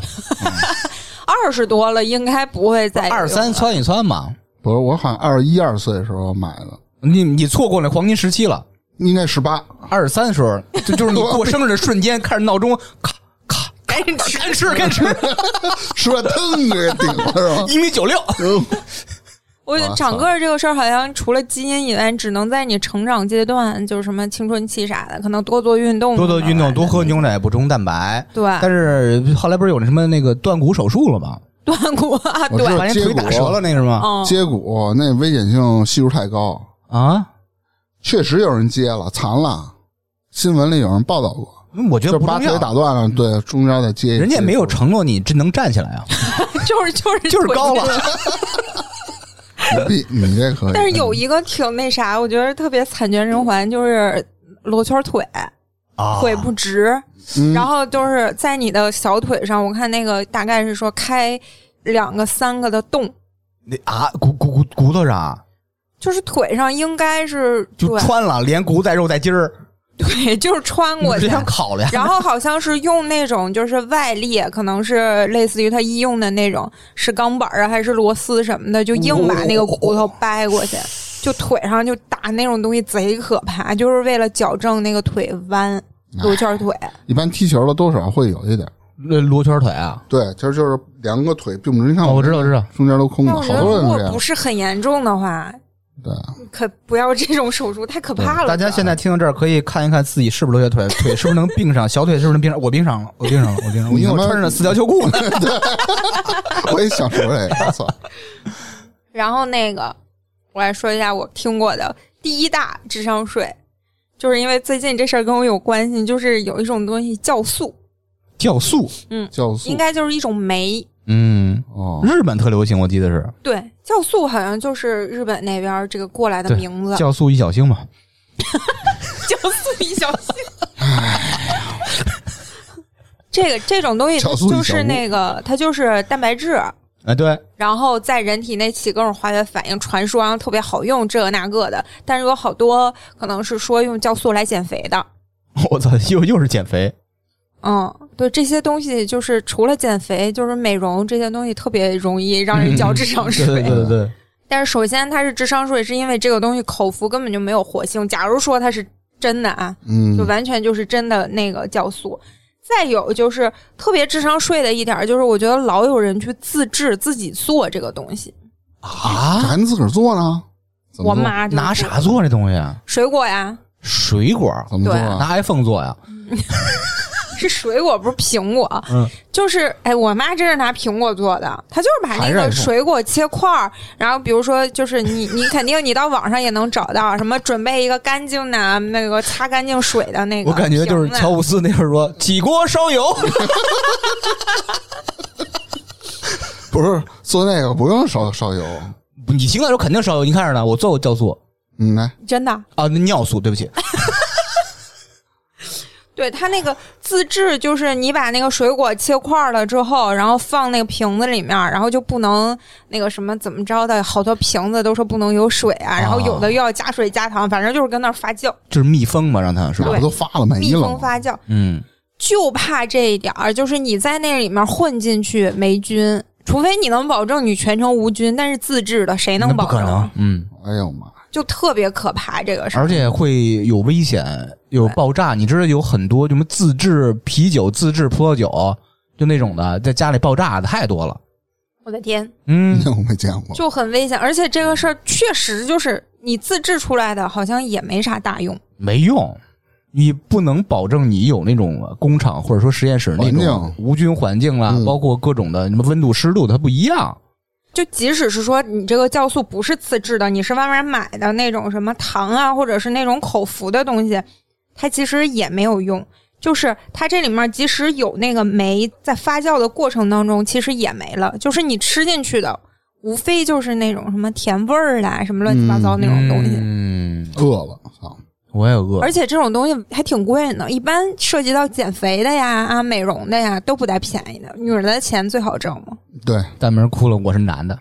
二十多了应该不会再有
二三窜一窜嘛。
不是我好像二一二岁的时候买的，
你你错过那黄金时期了，
应该十八，
二十三时候，就就是你过生日的瞬间，看着闹钟，咔咔，
赶紧吃
该吃该吃，
十八 <laughs> 腾给顶了是
<laughs>
吧？
一米
<laughs>
九六，
我觉得长个儿这个事儿，好像除了基因以外，只能在你成长阶段，就是什么青春期啥的，可能多做运动，
多多运动，多喝牛奶，补充蛋白。
对
但是后来不是有那什么那个断骨手术了吗？
断骨啊，
我知道
对，
把人腿打折了那是吗？
嗯，
接骨那危险性系数太高，
哦
啊，
确实有人接了残了，新闻里有人报道过，
我觉
就
得
是
不
把
重
腿打
要。嗯
断了，对，中间再接一，
人家也没有承诺你真能站起
<laughs>
来啊，
就是就是
就是
腿
高了。
牛逼，你这可以，
但是有一个挺那啥，我觉得特别惨绝人寰，就是罗圈腿，
啊，
腿不直，
嗯
然后就是在你的小腿上，我看那个大概是说开两个三个的洞，
那啊骨骨骨骨头上啊
就是腿上应该是
就
对
穿了，连骨带肉带筋儿，
对，就是 <laughs> 穿过
这
去。
想烤了呀？
然后好像是用那种就是外力，可能是类似于他医用的那种，是钢板啊还是螺丝什么的，就硬把那个骨头掰过去，就腿上就打那种东西贼可怕，就是为了矫正那个腿
啊
弯，罗圈腿。
一般踢球的多少会有一点，
那罗圈腿啊，
对，其实就是两个腿并不
嗯
直，你看
哦，我知
这
道知道，
中间都空的，
但我
嗯好
觉得
多
如
人
果
这样
不，是很严重的话，
对。 <laughs>
可不要这种手术，太可怕了。
大家现在听到这儿，可以看一看自己是不是罗圈腿，腿是不是能并上，小腿是不是能并上？我并上了，我并上了，我并上了，
你
因为
他妈
我穿着四条秋裤呢。 <laughs>
我也想说这个，操！
然后那个，我来说一下我听过的第一大智商税，就是因为最近这事儿跟我有关系，就是有一种东西酵素，
酵素，
酵素
应该就是一种酶。
嗯，
哦，
日本特流行，我记得是
对，酵素好像就是日本那边儿这个过来的
对
名字。
酵素一小星嘛。
酵素一小 <laughs> 星，这个这种东西
酵素一小
就
屋
是那个，它就是蛋白质，
哎，对，
然后在人体内起各种化学反应，传说然后特别好用，这个那个的。但是有好多可能是说用酵素来减肥的。
我操，又又是减肥，
嗯，对，这些东西就是除了减肥，就是美容这些东西特别容易
<laughs>
让人交智商税。
嗯对对对对，
但是首先它是智商税，是因为这个东西口服根本就没有活性。假如说它是真的啊，
嗯
就，完全就是真的那个酵素。再有就是特别智商税的一点儿，就是我觉得老有人去自制自己做这个东西。
这
啊，
还能自个儿做呢？怎么
我
做？
妈就是
拿啥做这东西啊？
水果呀？
水果，
怎么做
嗯
啊？
拿 iPhone 做呀？
是水果，不是苹果。
嗯，
就是哎，我妈真是拿苹果做的，她就是把那
还是
个
iPhone
水果切块儿，然后比如说就
<laughs>
是你你肯定你到网上也能找到什么准备一个干净的那个擦干净水的那个
我
瓶子，啊
感觉就是乔布斯那会儿说起锅烧油， <laughs>
不是做那个不用烧烧油，
不你行的时候肯定烧油，你看着呢，我做过酵素
嗯，来，
真的，
啊，那尿素，对不起，
对它那个自制就是你把那个水果切块儿了之后，然后放那个瓶子里面，然后就不能那个什么怎么着的，好多瓶子都说不能有水啊，然后有的又要加水加糖，反正就是跟那儿发酵，
就是密封嘛，让它是吧
那？不都发
哎
了没
密
了
封
吗？
发酵。
嗯，
就怕这一点儿，就是你在那里面混进去霉菌，除非你能保证你全程无菌，但是自制的谁能
那不
保
可
证啊
能？，嗯，
哎呦妈！
就特别可怕这个事儿。
而且会有危险，有爆炸。你知道有很多什么自制啤酒、自制葡萄酒，就那种的，在家里爆炸的太多了。
我的天，
嗯，
那我没见过。
就很危险，而且这个事儿确实就是你自制出来的，好像也没啥大用。
没用，你不能保证你有那种工厂或者说实验室那
环
种
境
无菌环境啦，
嗯
包括各种的什么温度、湿度的，它不一样。
就即使是说你这个酵素不是自制的，你是外面买的那种什么糖啊，或者是那种口服的东西，它其实也没有用。就是它这里面即使有那个酶，在发酵的过程当中，其实也没了。就是你吃进去的，无非就是那种什么甜味儿啦，什么乱七八糟那种东西。
嗯，
饿了，操！
我也饿。
而且这种东西还挺贵呢，一般涉及到减肥的呀、啊美容的呀，都不带便宜的。女人的钱最好挣嘛。
对
大明哭了，我是男
<laughs>
的，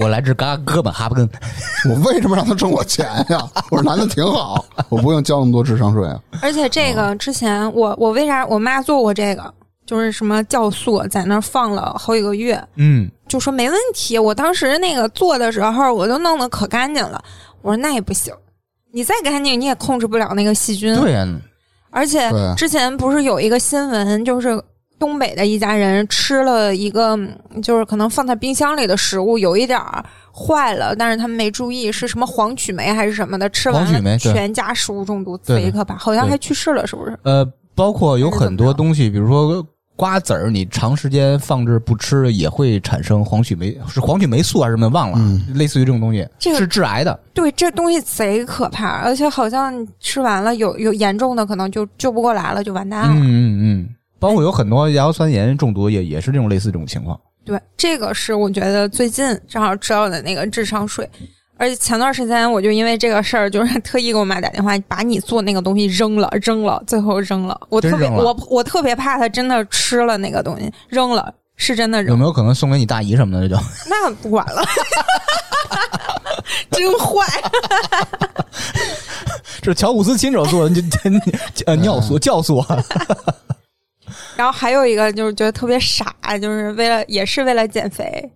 我来自嘎哥本哈根。
<laughs> 我为什么让他挣我钱呀？ <laughs> 我说男的挺好，我不用交那么多智商税啊。
而且这
哦
个之前我我为啥我妈做过这个，就是什么酵素在那儿放了好几个月，
嗯，
就说没问题。我当时那个做的时候，我都弄得可干净了。我说那也不行，你再干净你也控制不了那个细菌。
对呀、啊
而且
对
之前不是有一个新闻，就是东北的一家人吃了一个，嗯就是可能放在冰箱里的食物有一点儿坏了，但是他们没注意是什么黄曲霉还是什么的，吃
黄曲
完
霉
了
对
全家食物中毒，
对
贼可怕，好像
对
还去世了，是不是？
呃，包括有很多东西，比如说瓜子儿，你长时间放置不吃，也会产生黄曲霉，是黄曲霉素还是什么？忘了，
嗯
类似于这种东西，
这个
是致癌的。
对，这东西贼可怕，而且好像吃完了有有严重的，可能就救不过来了，就完蛋了。
嗯嗯嗯，包括有很多亚硝酸盐中毒也也是这种类似这种情况。
对，这个是我觉得最近正好知道的那个智商税，而且前段时间我就因为这个事儿，就是特意给我妈打电话，把你做那个东西扔了，扔了，最后扔了。我
真
特别，
扔了
我我特别怕她真的吃了那个东西，扔了，是真的
有
扔，
没有可能送给你大姨什么的？这就
那不管了， <laughs> 真坏。
这是乔布斯亲手做的，你这你呃尿素酵素啊，
然后还有一个就是觉得特别傻，就是为了也是为了减肥。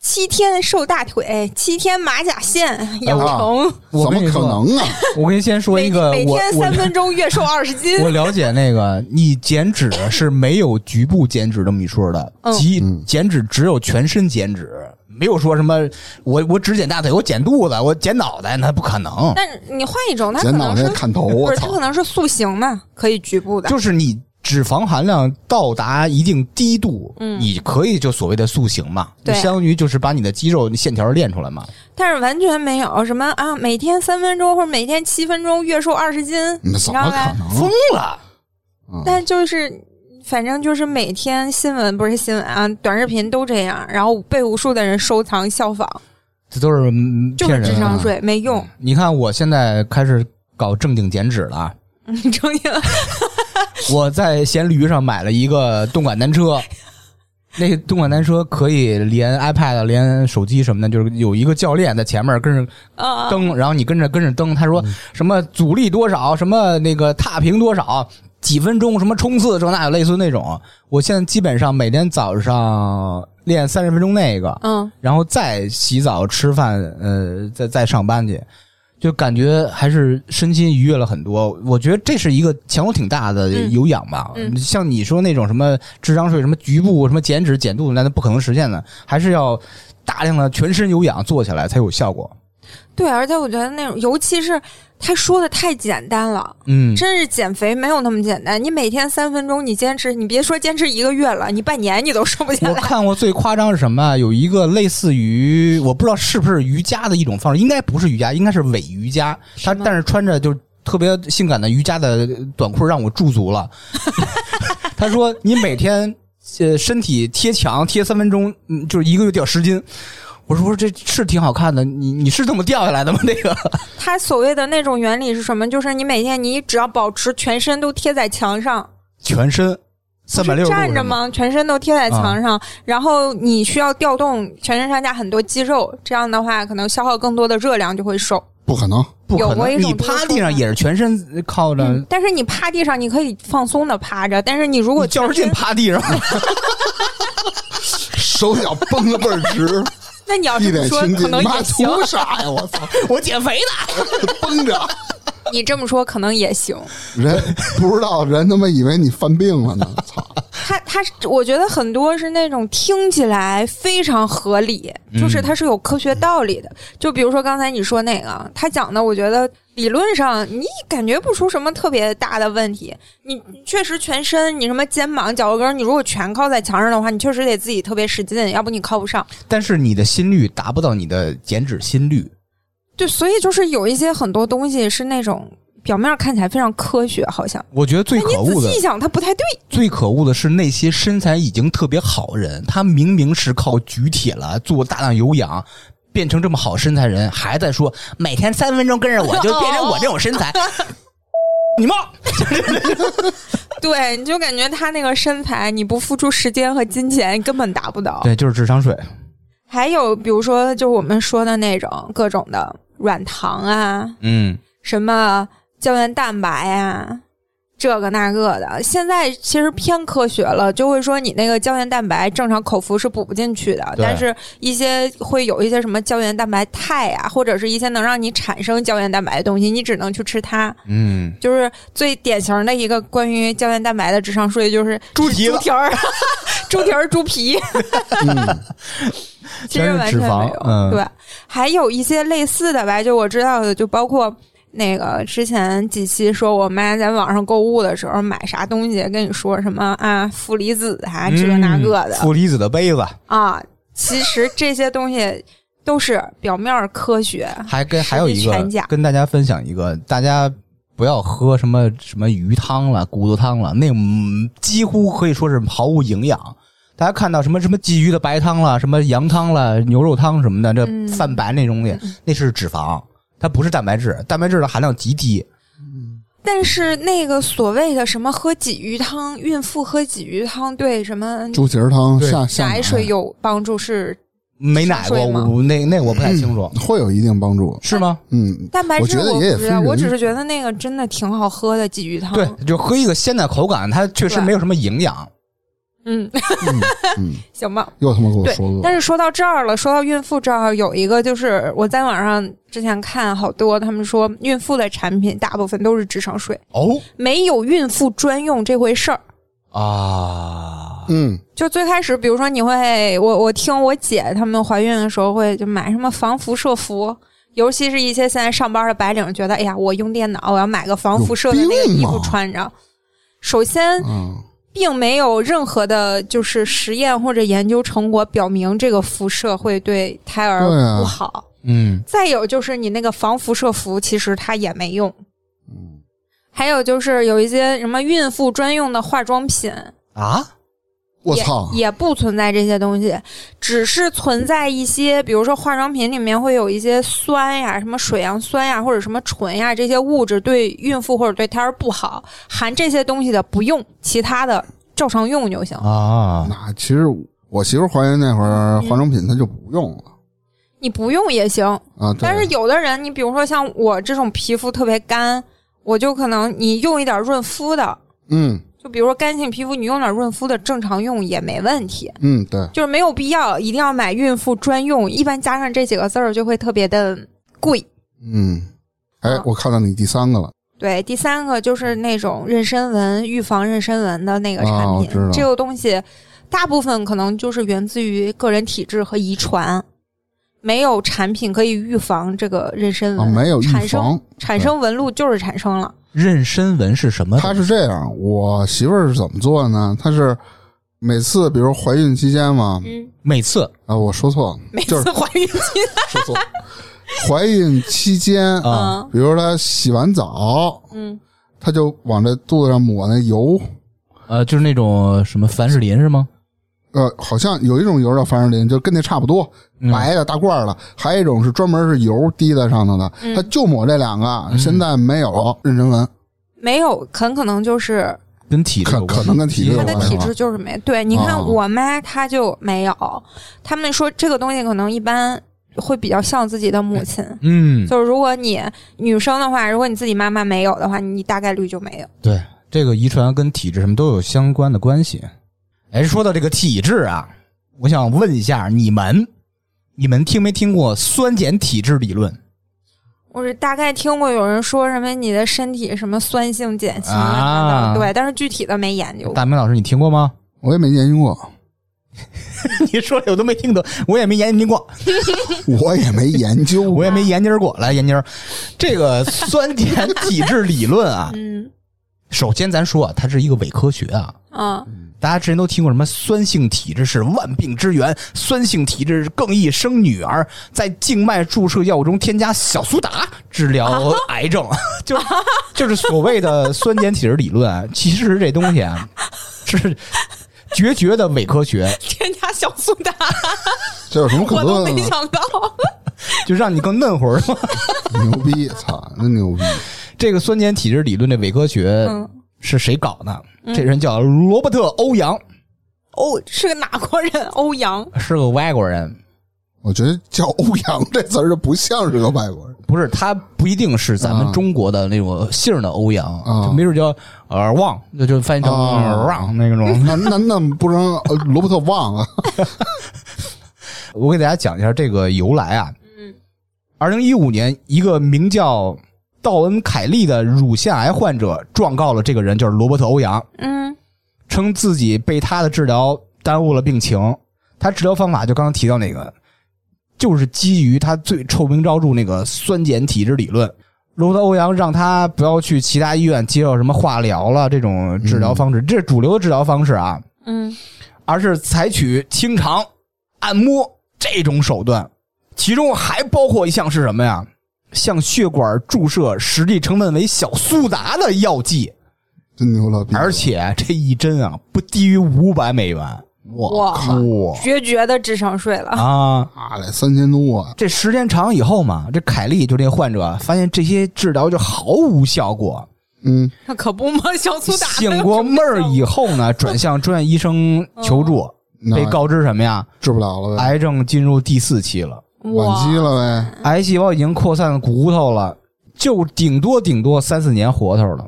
七天瘦大腿，七天马甲线养
啊
成，
我
怎么
跟你
可
说
能啊？
我跟你先说
每
一个，
每
我
天
我
三分钟月瘦二十斤。
我了解那个，你减脂是没有局部减脂这么一说的，
嗯
即减脂只有全身减脂，没有说什么我我只减大腿，我减肚子，我减脑袋，那不可能。
但是你换一种，它可
剪脑
能是
袋砍头，
不
我
是它
操
可！能是塑形嘛，可以局部的。
就是你脂肪含量到达一定低度，
嗯
你可以就所谓的塑形嘛，就
对
相当于就是把你的肌肉线条练出来嘛。
但是完全没有什么啊，每天三分钟或者每天七分钟月瘦二十斤，你
那
知
怎
道
么可
吧？
能？
了，
嗯
但就是。反正就是每天新闻不是新闻啊，短视频都这样，然后被无数的人收藏效仿，
这都是嗯
就
骗
是
人
智
的。
商税没用。
你看我现在开始搞正经减脂了啊，
<laughs> 你成瘾了
我在闲驴上买了一个动感单车，那动感单车可以连 iPad、连手机什么的，就是有一个教练在前面跟着
啊！
蹬，然后你跟着跟着蹬。他说什么阻力多少，什么那个踏平多少，几分钟什么冲刺这那有类似那种。我现在基本上每天早上练三十分钟那个，
嗯，
然后再洗澡、吃饭，呃，再再上班去，就感觉还是身心愉悦了很多。我觉得这是一个前途挺大的
嗯
有氧吧。
嗯
像你说那种什么智商税、什么局部、什么减脂、减肚子，那都不可能实现的，还是要大量的全身有氧做起来才有效果。
对，而且我觉得那种，尤其是他说的太简单了，
嗯，
真是减肥没有那么简单。你每天三分钟，你坚持，你别说坚持一个月了，你半年你都瘦不
<laughs>
下
我
来。
看过最夸张是什么啊？有一个类似于我不知道是不是瑜伽的一种方式，应该不是瑜伽，应该是伪瑜伽。他
吗
但是穿着就特别性感的瑜伽的短裤，让我驻足了。 <laughs> 他说：“你每天呃身体贴墙贴三分钟，嗯，就是一个月掉十斤。”我说：“我说这是挺好看的，你你是这么掉下来的吗？那个
它所谓的那种原理是什么？就是你每天你只要保持全身都贴在墙上，
全身三百
不
六十度
是站
是
着
吗？啊
吗？全身都贴在墙上，然后你需要调动全身上下很多肌肉，这样的话可能消耗更多的热量就会瘦。
不可能！
不可
有过
能，
一种
你
这个
趴
说
地
法
上也是全身靠着，
嗯，但是你趴地上你可以放松的趴着，但是你如
我
果
较着劲
全身，
趴
<laughs>
地上。”
手脚绷得倍儿直，
那你要
一
啊这么
脸
说
清
可
近，
能
妈
也行。
图啥呀？我操，
我减肥的，
绷着！
你这么说可能也行。
人不知道，人他妈以为你犯病了呢！操，
它它是，我觉得很多是那种听起来非常合理，就是它是有科学道理的。就比如说刚才你说那个，他讲的，我觉得理论上你感觉不出什么特别大的问题。你确实全身，你什么肩膀、脚后跟，你如果全靠在墙上的话，你确实得自己特别使劲，要不你靠不上。
但是你的心率达不到你的减脂心率，
对，所以就是有一些很多东西是那种表面看起来非常科学，好像
我觉得最可
你
恶
仔
的
细一想，它不太对。
最可恶的是那些身材已经特别好的人，他明明是靠举铁了做大量有氧。变成这么好身材人，还在说每天三分钟跟着我就变成我这种身
<laughs>
材，你妈！
对，你就感觉他那个身材，你不付出时间和金钱根本达不到。
对，就是智商税。
还有比如说，就我们说的那种各种的软糖啊，
嗯，
什么胶原蛋白啊，这个那个的。现在其实偏科学了，就会说你那个胶原蛋白正常口服是补不进去的，
对
但是一些会有一些什么胶原蛋白肽啊，或者是一些能让你产生胶原蛋白的东西，你只能去吃它。
嗯，
就是最典型的一个关于胶原蛋白的智商税，就是
猪蹄子
猪蹄儿、 <laughs> 猪蹄儿、猪皮， <laughs> 其实完全
嗯全是脂
没有
肪。嗯
对，还有一些类似的吧，就我知道的，就包括。那个之前几期说我妈在网上购物的时候买啥东西，跟你说什么啊负离子啊这个那个的、
嗯负离子的杯子，
啊，其实这些东西都是表面儿科学，
还跟还有一
实力
个
全假
跟大家分享一个，大家不要喝什么什么鱼汤了、骨头汤了，那嗯几乎可以说是毫无营养。大家看到什么什么鲫鱼的白汤了、什么羊汤了、牛肉汤什么的，这
嗯
泛白那东西，那是脂肪，它不是蛋白质，蛋白质的含量极低。
但是那个所谓的什么喝鲫鱼汤，孕妇喝鲫鱼汤对什么
猪蹄儿汤
对
下下哎
奶水有帮助是
没奶过，
是吗嗯
我我那那我不太清楚，
会有一定帮助。
是吗？
嗯，
蛋白质，
我觉得
我
也
不知
也
道，
分人
我只是觉得那个真的挺好喝的鲫鱼汤。
对，就喝一个鲜奶口感，它确实
嗯对
没有什么营养。
嗯， <laughs>
嗯，
行吧。
又他妈给我
对
说饿，
但是说到这儿了，说到孕妇这儿，有一个就是我在网上之前看好多，他们说孕妇的产品大部分都是智商税，
哦
没有孕妇专用这回事儿。
啊，
嗯，
就最开始，比如说你会，我我听我姐她们怀孕的时候会就买什么防辐射服，尤其是一些现在上班的白领，觉得哎呀，我用电脑，我要买个防辐射的那个
有病啊
衣
吗
服穿着。首先，
嗯，
并没有任何的，就是实验或者研究成果表明这个辐射会对胎儿
对啊
不好。
嗯
再有就是你那个防辐射服，其实它也没用。
嗯
还有就是有一些什么孕妇专用的化妆品，
啊，
我操，
也，也不存在这些东西，只是存在一些，比如说化妆品里面会有一些酸呀、什么水杨酸呀，或者什么醇呀这些物质对孕妇或者对胎儿不好，含这些东西的不用，其他的照常用就行。
啊，
那其实我媳妇怀孕那会
嗯
儿，化妆品她就不用了
你不用也行，
啊。对
但是有的人，你比如说像我这种皮肤特别干，我就可能你用一点润肤的，
嗯
就比如说干性皮肤，你用点润肤的，正常用也没问题。
嗯，对，
就是没有必要一定要买孕妇专用，一般加上这几个字儿就会特别的贵。
嗯，哎
啊，
我看到你第三个了，
对，第三个就是那种妊娠纹预防妊娠纹的那个产
啊我
品，
知道
这个东西大部分可能就是源自于个人体质和遗传，没有产品可以预防这个妊娠纹，
啊，没有预
产生
防，
产生纹路就是产生了，
妊娠纹是什么？
她是这样，我媳妇儿是怎么做的呢？她是每次比如怀孕期间嘛，
嗯，
每次
啊，我说错了，
每 <laughs>
就是
次怀孕期，
说错了，怀孕期间，
啊，
比如她洗完澡，
嗯，
她就往这肚子上抹那油，
呃，就是那种什么凡士林是吗？
呃，好像有一种油叫凡士林，就跟那差不多，
嗯
白的大罐儿的；还有一种是专门是油滴在上头的。
嗯
它就抹这两个，现在没有妊娠纹，
没有，很可能就是
跟体质有关
可可能跟体质有
他
关
的
吧
体质就是没对。你看
哦
我妈，她就没有。他们说这个东西可能一般会比较像自己的母亲。
嗯，
就是如果你女生的话，如果你自己妈妈没有的话，你大概率就没有。
对，这个遗传跟体质什么都有相关的关系。哎，说到这个体质啊，我想问一下你们，你们听没听过酸碱体质理论？
我是大概听过有人说什么你的身体什么酸性碱性
啊
对，但是具体的没研究过。，
大明老师，你听过吗？ <laughs>
我也没研究过，
你说的我都没听懂，我也没研究过，
我也没研究过
我也没研究过。来，研究这个酸碱体质理论啊 <laughs>
嗯
首先咱说啊，它是一个伪科学啊。
啊，
嗯
<laughs>
大家之前都听过什么酸性体质是万病之源，酸性体质更易生女儿，在静脉注射药物中添加小苏打治疗癌症， <laughs> 就是就是所谓的酸碱体质理论啊。其实这东西啊是绝绝的伪科学，
添加小苏打，
这有什么可
我都
乐的
没
呢？
想到。
就让你更嫩会儿。是吧
牛逼，操，真牛逼！
这个酸碱体质理论的伪科学
嗯
是谁搞的？这人叫罗伯特·欧阳，
哦，是个哪国人？欧阳
是个外国人。
我觉得叫欧阳这词儿就不像是个外国人。
不是，他不一定是咱们
啊
中国的那种姓儿的欧阳，
啊
就没准叫尔旺，就就翻译成
啊
尔旺那种。
那那那不能呃罗伯特忘啊？
<laughs>
<laughs>
我给大家讲一下这个由来啊。
嗯，
二零一五年，一个名叫道恩·凯利的乳腺癌患者状告了这个人，就是罗伯特·欧阳，
嗯
称自己被他的治疗耽误了病情。他治疗方法就刚刚提到那个，就是基于他最臭名昭著那个酸碱体质理论。罗德欧阳让他不要去其他医院接受什么化疗了这种治疗方式，这是主流的治疗方式啊，
嗯
而是采取清肠、按摩这种手段，其中还包括一项是什么呀？向血管注射实际成分为小苏打的药剂，
真牛了逼！
而且这一针啊不低于五百美元
我
哇
靠，
决绝的智商税了。
啊！
妈嘞，三千多啊！
这时间长以后嘛，这凯利就这患者发现这些治疗就毫无效果。
嗯，
那可不嘛，小苏打
醒过闷儿以后呢，转向专业医生求助，
嗯
那
被告知什么呀？
治不了了呗，
癌症进入第四期了，
晚期
哇
了呗。
癌细胞已经扩散骨头了，就顶多顶多三四年活头了。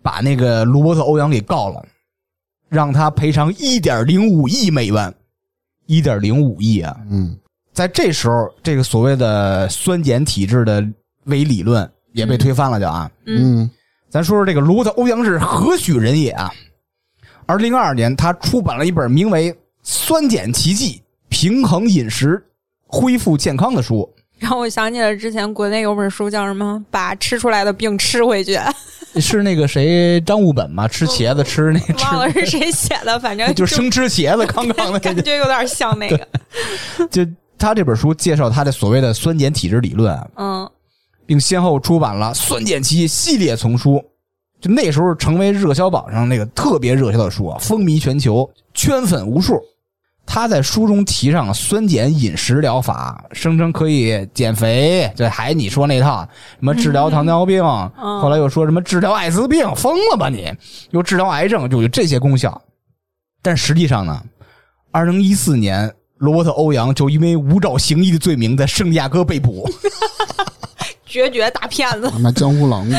把那个罗伯特·欧阳给告了，让他赔偿一点零五亿美元，一点零五亿啊！
嗯，
在这时候，这个所谓的酸碱体质的伪理论也被推翻了，就啊，
嗯，
咱说说这个罗伯特·欧阳是何许人也啊？二零二二年，他出版了一本名为《酸碱奇迹：平衡饮食，恢复健康》的书。
让我想起了之前国内有本书叫什么“把吃出来的病吃
<laughs>
回去
是那个谁张悟本吗？吃茄子吃那”，
忘了
吃，
是谁写的，反正
哦 <laughs> 就是生吃茄子，刚刚的。
感觉有点像那个。
<laughs> 就他这本书介绍他的所谓的酸碱体质理论啊，
嗯
并先后出版了《酸碱奇迹》系列丛书，就那时候成为热销榜上那个特别热销的书啊，风靡全球，圈粉无数。他在书中提倡酸碱饮食疗法，声称可以减肥，这还你说那套什么治疗糖尿病，后来又说什么治疗艾滋病，疯了吧你？又治疗癌症，就有这些功效。但实际上呢，二零一四年，罗伯特·欧阳就因为无照行医的罪名在圣地亚哥被捕。
决绝大骗子
他。妈江湖嗯郎顾，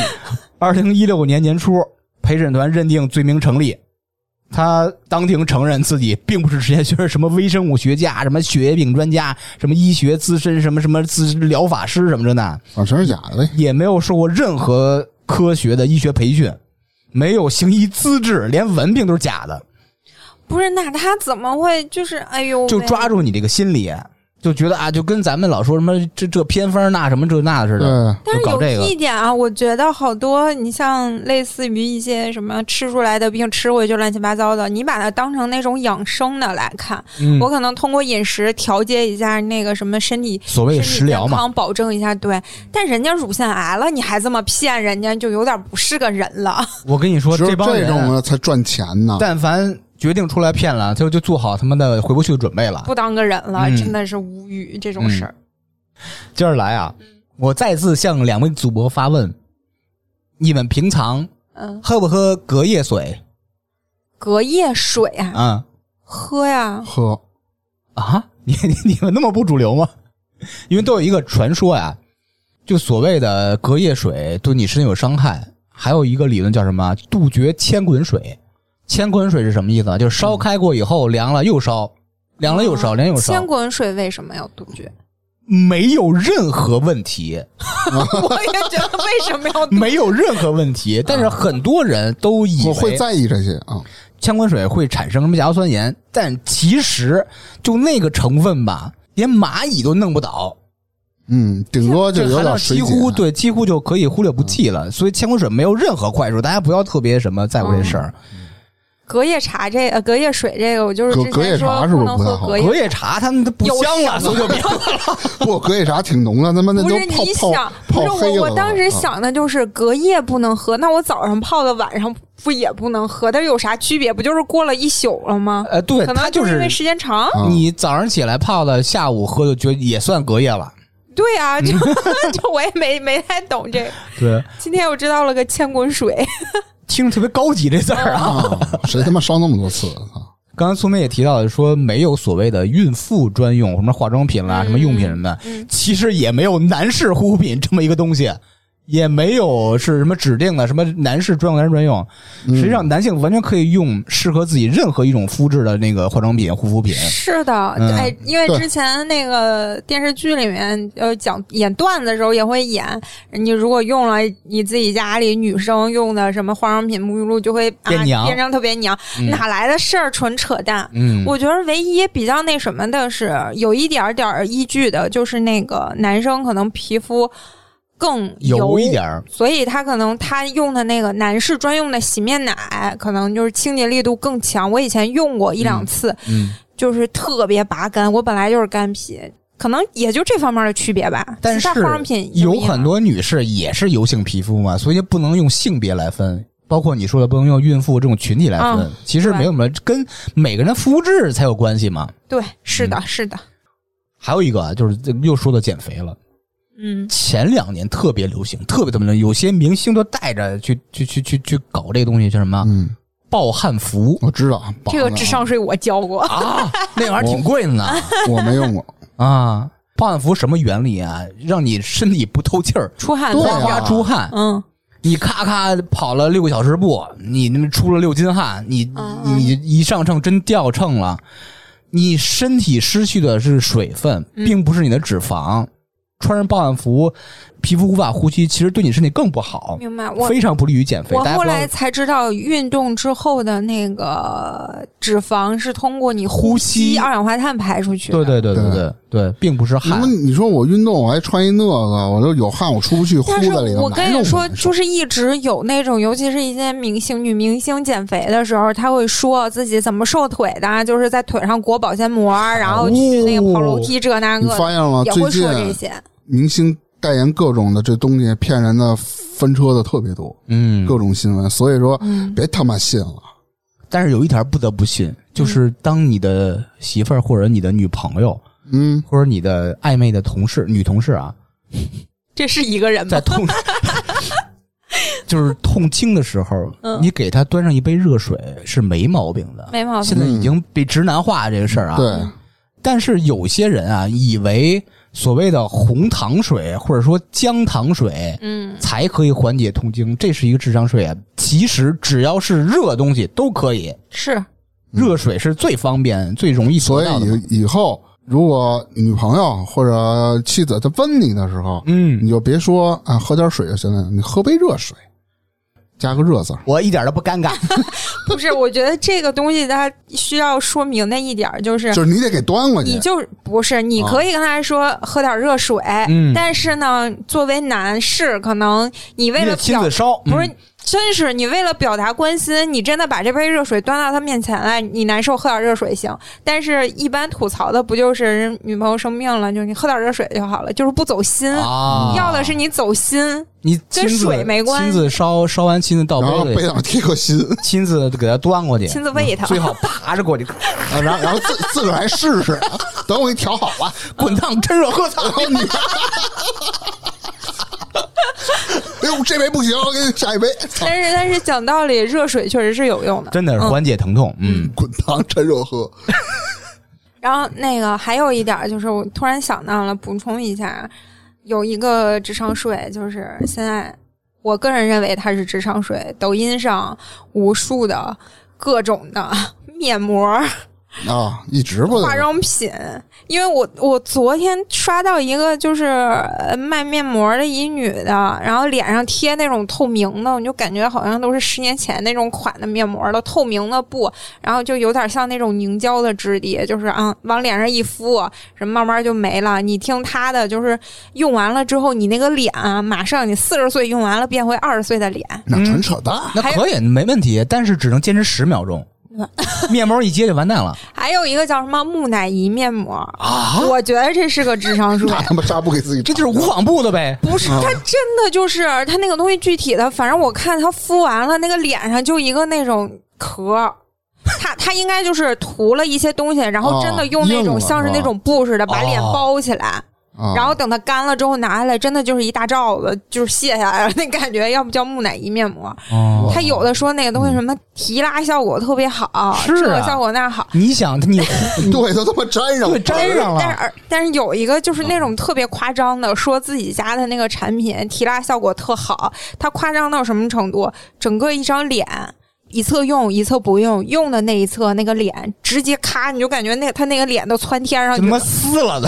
二零一六年年初，陪审团认定罪名成立，他当庭承认自己并不是职业学什么微生物学家、什么血液病专家、什么医学资深、什么什么资疗法师什么着呢，
反啊正是假的呗。
也没有受过任何科学的医学培训，没有行医资质，连文凭都是假的，
不是，那他怎么会就是？哎呦喂，
就抓住你这个心理，就觉得啊，就跟咱们老说什么这这偏方那什么这那的似
对，
的，
嗯但是
就搞这
有
个
一点啊，我觉得好多，你像类似于一些什么吃出来的病吃回去乱七八糟的，你把它当成那种养生的来看，
嗯
我可能通过饮食调节一下那个什么身体
所谓的食
身体
疗
健
嘛。
康，保证一下对。但人家乳腺癌了，你还这么骗人家，就有点不是个人了。 <laughs>
我跟你说，
只有
这帮人啊
这种的才赚钱呢。
但凡决定出来骗了，他就做好他妈的回不去的准备了。
不当个人了，
嗯
真的是无语这种事儿。
接着来啊，我再次向两位主播发问：你们平常
嗯，
喝不喝隔夜水？
隔夜水啊，
啊、
喝呀，
呵，
啊，你你你们那么不主流吗？因为都有一个传说呀、就所谓的隔夜水对你身体有伤害，还有一个理论叫什么“杜绝千滚水”。千滚水是什么意思啊？就是烧开过以后凉了又烧，凉了又烧，凉又烧
千。滚水为什么要杜绝？ <laughs>
没有任何问题，
我也觉得为什么
<laughs>
要
没有任何问题。但是很多人都以
我
为
会在意这些啊。
枪管水会产生什么亚硝酸盐，但其实就那个成分吧，连蚂蚁都弄不倒。
嗯，顶多就
这
有
含量
点水
几
解。啊嗯
乎对几乎就可以忽略不计了，所以千滚水没有任何坏处，大家不要特别什么在乎这事
嗯
儿。
隔夜茶这呃隔夜水这个？我就是
隔
之
隔夜
前
茶
说
是不是
能
不太
喝
好
隔
啊隔
夜，
夜茶他们都不香
啊
了，所以就别
不，隔夜茶挺浓的，他妈那
不
都
是
泡
你
泡
想，不是
泡黑
我
了
我
都
当时
啊
想的就是隔夜不能喝，那我早上泡的晚上不也不能喝？但是有啥区别？不就是过了一宿了吗？
呃，对，
可
它
能
就是
因
是
为时间长。
啊
你早上起来泡的，下午喝就觉得也算隔夜了。
对啊，就
嗯
<laughs> 就我也没没太懂这个。
对，
今天我知道了个千滚水，
嗯
听着特别高级这字儿 <laughs> 啊。
啊，谁他妈烧那么多次啊？
刚才苏梅也提到了，说没有所谓的孕妇专用什么化妆品
嗯
啦、什么用品什么的，其实也没有男士护肤品这么一个东西，也没有是什么指定的什么男士专用、男士专用。实际上，男性完全可以用适合自己任何一种肤质的那个化妆品、护肤品。
<laughs> 是的，
嗯
哎，因为
对
之前那个电视剧里面，呃，讲演段子的时候也会演，你如果用了你自己家里女生用的什么化妆品、沐浴露，就会啊
变娘
变成特别娘，
嗯
哪来的事儿？纯扯淡。
嗯，
我觉得唯一比较那什么的是，有一点儿点儿依据的，就是那个男生可能皮肤更
有一点儿，
所以他可能他用的那个男士专用的洗面奶，可能就是清洁力度更强。我以前用过一两次，
嗯，
就是特别拔干。我本来就是干皮，可能也就这方面的区别吧。
但
其
是
他化妆品也不
有
一样
很多女士也是油性皮肤嘛，所以就不能用性别来分。包括你说的不能用孕妇这种群体来分，
嗯
其实没有什么跟每个人肤质才有关系嘛。
对，是的，是的，
还有一个啊，就是这又说到减肥了。
嗯，
前两年特别流行，特别特别流行，有些明星都带着去去去去去搞这个东西，叫什么
嗯，
暴汗服
我知道，绑
这个
着啊
智商税我交过。
<laughs>
啊，那玩意儿挺贵的呢
我没用
<laughs>
过，
啊。暴汗服什么原理啊？让你身体不透气儿，
出汗
对
多
啊
哗哗出汗。
嗯，
你咔咔跑了六个小时步，你那么出了六斤汗，你
嗯
你一上秤真掉秤了，你身体失去的是水分，
嗯
并不是你的脂肪。穿上暴汗服，皮肤无法呼吸，其实对你身体更不好，
明白我
非常不利于减肥。
我
大家
后
不要
来才知道，运动之后的那个脂肪是通过你
呼
呼
吸
吸二氧化碳排出去的。
对对对对对对，并不是
你
汗
说。你说我运动我还穿一那个，我就有汗我出不去，呼
但是
在里头
我
难
跟
受
你
不
说，
难受。
就是一直有那种，尤其是一些明星、女明星减肥的时候，她会说自己怎么瘦腿的，就是在腿上裹保鲜膜，然后去那个跑楼梯这那
你
个
发
的，
现了吗？
也
最
会
近
说这些。
明星代言各种的这东西骗人的翻车的特别多，
嗯，
各种新闻，所以说
嗯
别他妈信了。
但是有一条不得不信，
嗯
就是当你的媳妇儿或者你的女朋友
嗯，
或者你的暧昧的同事、女同事啊，
这是一个 <laughs> 人吗
在？痛， <laughs> 就是痛经的时候，你给她端上一杯热水是没毛病的。
嗯没毛
现
病。
在已经被直男化这个事儿啊。。
对，
但是有些人啊，以为所谓的红糖水或者说姜糖水，
嗯，
才可以缓解痛经，这是一个智商税啊。其实只要是热东西都可以，
是
热水是最方便、最容易
嗯所
得到的嘛。
以以以后如果女朋友或者妻子她问你的时候，
嗯，
你就别说啊，喝点水就行了，你喝杯热水，加个热字儿。
我一点都不尴尬。
不是？我觉得这个东西它需要说明的一点儿就是。
就是你得给端过
你
去，
就不是，你可以跟他说喝点热水，
嗯
但是呢，作为男士，可能你 <laughs> 为
你得
了
亲
表
自烧，
不是
嗯，
真是你为了表达关心，你真的把这杯热水端到他面前来，你难受喝点热水行。但是，一般吐槽的不就是人女朋友生病了，就你喝点热水就好了，就是不走心。
啊，
要的是你走心，
你
跟
亲自
水没关
亲自烧烧完亲自倒
然后
杯
背
里，
上贴个心，
亲自给它端过去，
亲自嗯喂它
嗯最好爬着过去，
啊然后然后自自个儿还试 <laughs> 试，等我给你调好了。
滚烫趁热喝
然
汤。
后你， <laughs> 哎呦，这杯不行，我给你下一杯。操
<laughs> 但是但是讲道理，热水确实是有用的，
真的是
嗯
缓解疼痛，嗯，
滚烫趁热喝，
然后那个还有一点儿就是，我突然想到了，补充一下，啊有一个智商税，就是现在我个人认为它是智商 <laughs> 税，抖音上无数的各种的面膜儿、
啊，一直不
化妆品，因为我我昨天刷到一个就是呃卖面膜的一女的，然后脸上贴那种透明的，你就感觉好像都是十年前那种款的面膜了，透明的布，然后就有点像那种凝胶的质地，就是啊往脸上一敷，什么慢慢就没了。你听她的，就是用完了之后，你那个脸啊，马上你四十岁用完了变回二十岁的脸，
那纯扯淡。
那
还有嗯
可以，没问题，但是只能坚持十秒钟。面膜一揭就完蛋
<laughs>
了，
还有一个叫什么木乃伊面膜啊，我觉得这是个智商税。
那他妈纱布给自己
这
这
就是无纺布的呗。
不是，它真的就是它那个东西具体的，反正我看它敷完了，那个脸上就一个那种壳。它它应该就是涂了一些东西，然后真的用那
硬
种
了
像是那种布似的把脸包起来，
啊
然后等它干了之后拿下来，真的就是一大罩子，就是卸下来了那感觉，要不叫木乃伊面膜。
哦，
它有的说那个东西什么提拉效果特别好，
是啊
这个效果那好，
你想你
对都他妈粘上了
对，粘上
但
了，
是但是有一个就是那种特别夸张的，说自己家的那个产品提拉效果特好，它夸张到什么程度？整个一张脸。一侧用，一侧不用，用的那一侧那个脸直接咔，你就感觉那他那个脸都窜天上
就
去
他妈
了，
撕了的。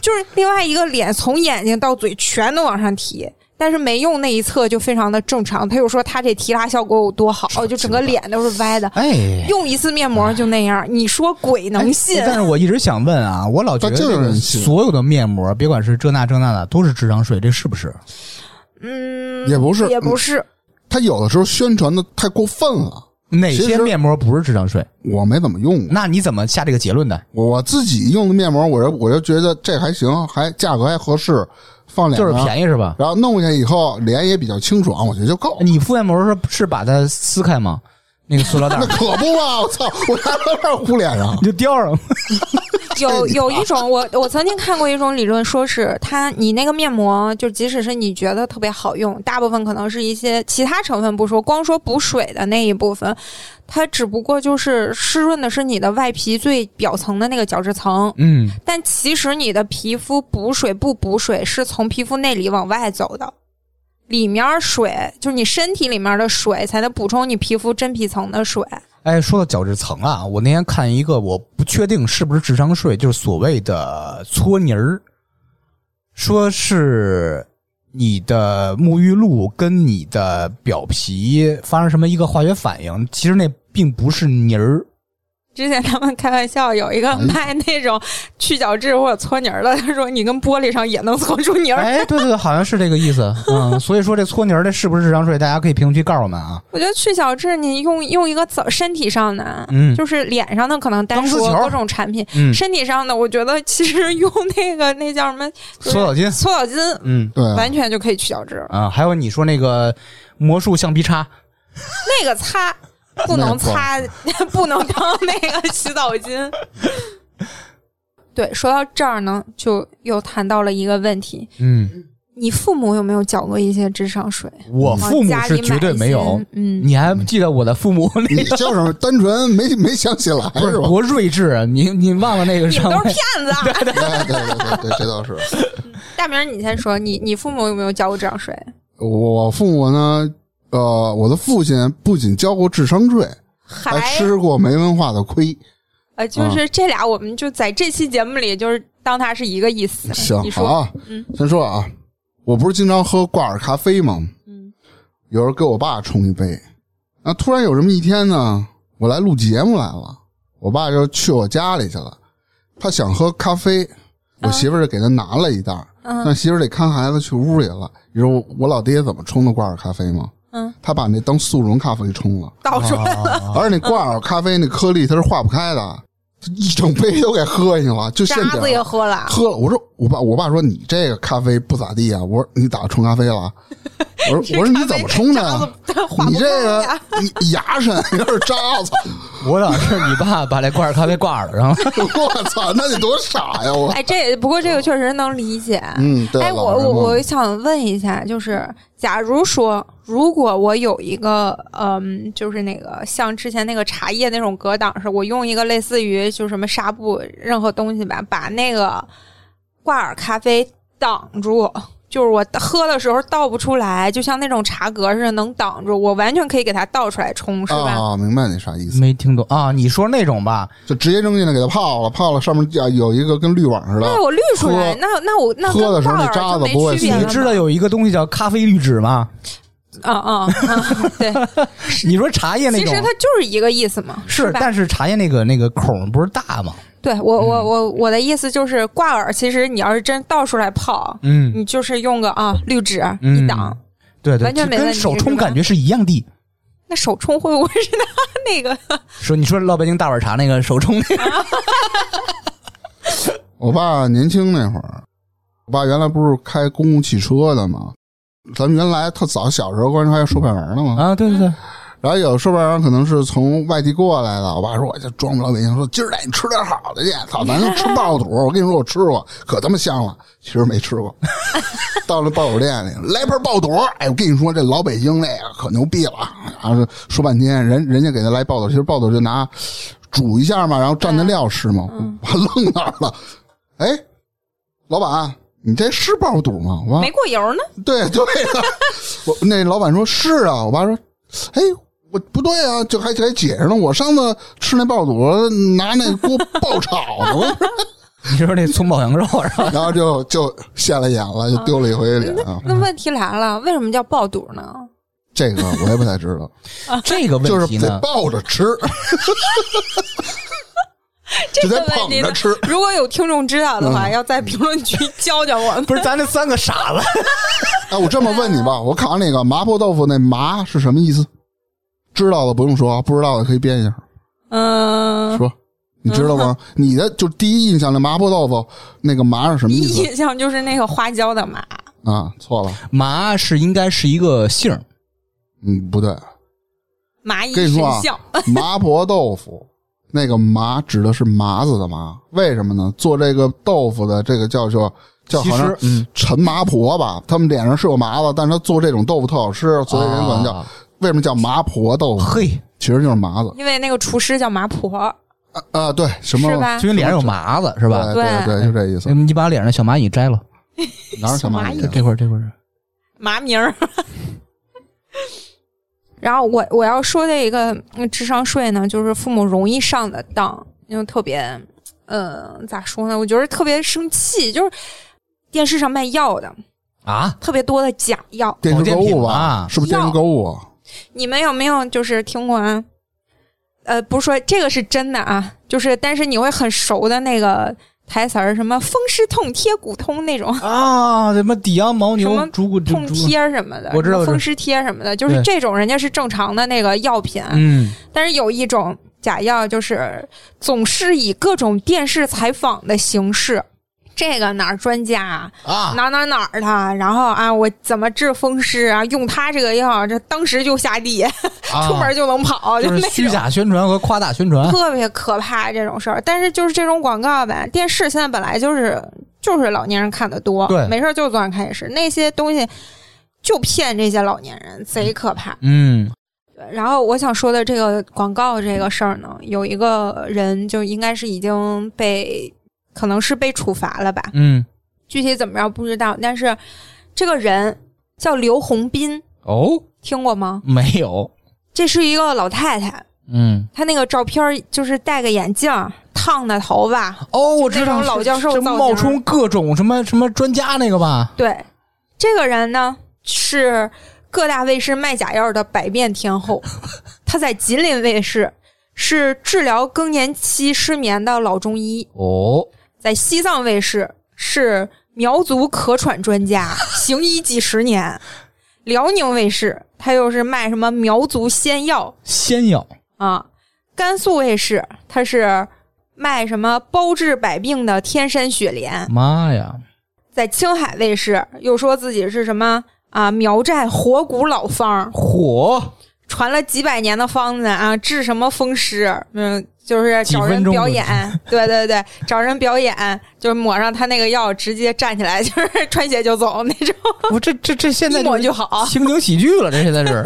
就是另外一个脸从眼睛到嘴全都往上提，但是没用那一侧就非常的正常。他又说他这提拉效果有多好，就整个脸都是歪的，
哎，
用一次面膜就那样，你说鬼能信？
但是我一直想问啊，我老觉
但
得
就有
这个
人信
所有的面膜，别管是这那这那的，都是智商税，这是不是？
嗯，
也不是嗯
也不是，
他有的时候宣传的太过分了，
哪
其
些
实
面膜不是智商税？
我没怎么用过。
那你怎么下这个结论的？
我我自己用的面膜，我就我就觉得这还行，还价格还合适，放脸
就是
上，
便宜是吧？
然后弄下去以后脸也比较清爽，我觉得就够。
你敷面膜是是把它撕开吗？那个塑料袋
那可不嘛！我操，我还在那糊脸啊上
<laughs> 你就掉上了。
<laughs> 有有一种，我我曾经看过一种理论，说是它你那个面膜，就即使是你觉得特别好用，大部分可能是一些其他成分不说，光说补水的那一部分，它只不过就是湿润的是你的外皮最表层的那个角质层，
<laughs> 嗯，
但其实你的皮肤补水不补水是从皮肤内里往外走的，里面儿水就是你身体里面的水才能补充你皮肤真皮层的水。
哎，说到角质层啊，我那天看一个，我不确定是不是智商税，就是所谓的搓泥儿，说是你的沐浴露跟你的表皮发生什么一个化学反应，其实那并不是泥儿，
之前他们开玩笑，有一
嗯
个卖那种去角质或者搓泥儿的， <laughs> 他说你跟玻璃上也能搓出泥儿，
哎，对对对，好像是这个意 <laughs> 思。嗯，所以说这搓泥儿这是不是智商税？大家可以评论区告诉我们啊。
我觉得去角质你用用一个走身体上的，
嗯
就是脸上的可能单
钢丝
说
球
各种产品，
嗯，
身体上的我觉得其实用那个那叫
<laughs>
什么就是
搓澡巾，
搓澡巾，
嗯
对
<laughs>
啊，
完全就可以去角质了。
啊，还有你说那个魔术橡皮擦，
那个擦不能擦， <laughs> 不能当那个洗澡巾。对，说到这儿呢，就又谈到了一个问题：
嗯，
你父母有没有缴过一些智商税？
我
往
父母
哦家里
是绝
买
对
一
没
些
有。。
嗯，
你还记得我的父母 <laughs> 那
你
个
就是单纯没没想起来
不是
是吧？
多睿智啊？你你忘了那个
你
上
们都是
位？
骗子
<laughs>
啊！
对对对对对，这倒是。
大明儿，你先说，你你父母有没有缴过智商税？
我父母呢，呃，我的父亲不仅交过智商税，还
还
吃嗯过没文化的亏。
呃，就是这俩，我们就在这期节目里，就是当它是一个意思。
行
你，
好
说，
啊，
嗯
先说啊，我不是经常喝挂耳咖啡吗？
嗯，
有时候给我爸冲一杯。那突然有这么一天呢，我来录节目来了，我爸就去我家里去了，他想喝咖
啊
啡，我媳妇儿就给他拿了一袋儿，
嗯
但媳妇儿得看孩子去屋里了。你说我我老爹怎么冲的挂耳咖啡吗？
嗯，
他把那当速溶咖啡冲了，
倒出 <laughs> 来，
啊哦
而且那挂耳咖啡那颗粒它是化不开的，就一整杯都给喝进去了，就现
渣
点
子
儿
也喝了。
喝了。我说我爸，我爸说你这个咖啡不咋地啊。我说你咋冲咖啡了？
<laughs>
我说我说你怎么冲的呀？
渣子 <laughs> 化不
你这
开
个
呀
你牙碜，有点渣子。 <laughs>
我老是你爸把这挂耳咖啡挂耳朵上了。
<laughs>
我操，那得多傻呀！我
哎，这也不过这个确实能理解。
嗯，对，
哎，我
老人
我
嘛
我想问一下，就是假如说，如果我有一个，嗯，就是那个像之前那个茶叶那种隔挡似的，我用一个类似于就什么纱布任何东西吧，把那个挂耳咖啡挡住，就是我喝的时候倒不出来，就像那种茶格似的能挡住，我完全可以给它倒出来冲，是吧？
啊，明白你啥意思，
没听懂啊？你说那种吧，
就直接扔进来给它泡了，泡了上面啊有一个跟滤网似的
那，我滤出来
喝，
那那我那
喝的
跟
时候
泡
那
儿
渣
就
子
没
不会
区
起
别了
你
嘛。
知道有一个东西叫咖啡滤纸吗？
啊啊啊！
<laughs>
对，
你说茶叶那
其
种
实它就是一个意思嘛，
是，
吧？
但是茶叶那个那个孔不是大吗？
对我我
嗯
我我的意思就是挂耳，其实你要是真倒出来泡，
嗯，
你就是用个啊滤纸
嗯
一挡，
对对，
完全
就
没
跟
问题
手
是
冲
吧
感觉是一样的。
那手冲会不会是拿那个？
啊
说你说老北京大碗茶那个手冲那个，
我爸年轻那会儿，我爸原来不是开公共汽车的吗？咱们原来特早小时候，关键还有售票员呢嘛。
啊，对对对，
然后有售票员可能是从外地过来的，我爸说我就装不了北京，说今儿带你吃点好的去，操，咱能吃爆肚。我跟你说，我吃过，可他妈香了。其实没吃过， <laughs> 到了爆肚店里来盘爆肚，哎，我跟你说这老北京那个可牛逼了。然后说半天，人人家给他来爆肚，其实爆肚就拿煮一下嘛，然后蘸着料吃嘛。我 <laughs> 愣那儿了，哎，老板，你这是爆肚吗？我爸
没过油呢？
<laughs> 对对的，我那老板说是啊，我爸说，哎，我不对啊，就还还解释呢，我上次吃那爆肚拿那锅爆炒的，我说
<laughs> 你说那葱爆羊肉是
<laughs>
吧？
然后就就现了眼了，就丢了一回脸啊。
那问题来了，为什么叫爆肚呢？
这个我也不太知道，
嗯
这个
就
<laughs> 问题
是得
呢，
抱着吃，
这
就
个
得
问
捧
题呢
着吃。嗯
如果有听众知道的话，要在评论区教教我
<laughs>
们。
不是咱那三个傻子，
哎，我这么问你吧，我考那个麻婆豆腐那麻是什么意思？知道的不用说，啊不知道的可以编一下。
嗯，
说，你知道
<laughs>
吗？你的就第一印象那麻婆豆腐那个麻是什么
第
意
一
思
印象就是那个花椒的麻，
啊？错了，
麻是应该是一个姓儿，
嗯，不对。
麻衣
跟
神
你说啊
效。
<laughs> 麻婆豆腐，那个麻指的是麻子的麻，为什么呢？做这个豆腐的这个叫叫叫
其
好像
实嗯，
陈麻婆吧，他们脸上是有麻子，但是他做这种豆腐特好吃，所以人管叫、
啊
为什么叫麻婆豆腐，
嘿，
其实就是麻子
因为那个厨师叫麻婆，
啊、啊对，什么
是吧？
就跟脸上有麻子是吧？
对对对，就这意思。
你把脸上小蚂蚁摘了，
<laughs> 哪有小蚂蚁
小
啊？
这会儿这会儿
麻名 <laughs> 儿。然后我我要说的一个嗯智商税呢，就是父母容易上的当，因为特别，呃，咋说呢？我觉得特别生气，就是电视上卖药的
啊，
特别多的假药。
电视购
保健
物
品
吧，
啊
是不是电视购物啊？
你们有没有就是听过啊？呃，不是说这个是真的啊，就是但是你会很熟的那个台词儿，什么风湿痛贴骨通那种
啊，什么抵阳牦
什
牛
么
竹骨
<laughs> 痛贴什么的，
我知道
什么
是
风湿贴什么的，就是
对
这种人家是正常的那个药品，啊 <laughs>
嗯，
但是有一种假药，就是总是以各种电视采访的形式。这个哪儿专家啊？
啊
哪儿哪儿哪儿的？然后啊，我怎么治风湿啊？用他这个药，这当时就下地，
啊
出门就能跑，
就是啊
那种
虚假宣传和夸大宣
<laughs>
传，
特别可怕这种事儿。但是就是这种广告吧，电视现在本来就是就是老年人看的多，
对
没事儿就坐那看电视，那些东西就骗这些老年人，贼可怕。
嗯
然后我想说的这个广告这个事儿呢，有一个人就应该是已经被，可能是被处罚了吧，
嗯，
具体怎么着不知道。但是这个人叫刘洪斌，
哦，
听过吗？
没有，
这是一个老太太，
嗯，
她那个照片儿就是戴个眼镜儿，烫的头发，
哦，我知
那
道
种老教授
什
造
么
型
冒充各种什么什么专家那个吧，
对，这个人呢是各大卫视卖假药的百变天后，她在吉林卫视是治疗更年期失眠的老中医，
哦，
在西藏卫视是苗族咳喘专家，行医几十年。辽宁卫视他又是卖什么苗族仙药
仙药
啊，甘肃卫视他是卖什么包治百病的天山雪莲，
妈呀！
在青海卫视又说自己是什么啊苗寨活古老方，
火
传了几百年的方子啊，治什么风湿，嗯，就是
几
找人
分钟
表
就
演， <laughs> 对对对，找人表演，就是抹上他那个药，直接站起来就是穿鞋就走那种，
<laughs> 我这这这现在
一抹就好。
情景喜剧了，这现在
<laughs>
是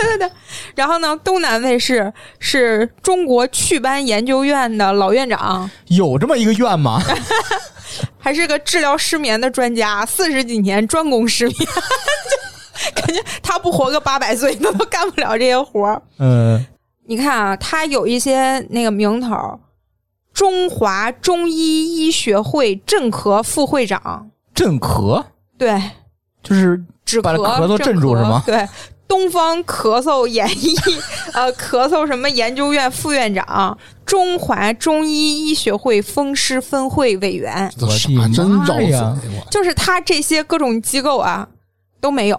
然后呢，东南卫视是中国祛斑研究院的老院长，
有这么一个愿
<laughs>
吗？
还是个治疗失眠的专家，四十几年专攻失眠， <laughs> 就感觉他不活个八百岁，他都干不了这些活儿。
嗯，
你看啊，他有一些那个名头儿，中华中医医学会镇咳副会长，
镇咳
对，
就是
止
把
咳
这咳嗽镇住是吗
镇咳对。东方咳嗽演艺 <laughs> 呃咳嗽什么研究院副院长，中华中医医学会风湿分会委员，
这
我
傻
的妈
真绕嘴，
呀
我
就是他这些各种机构啊都没有，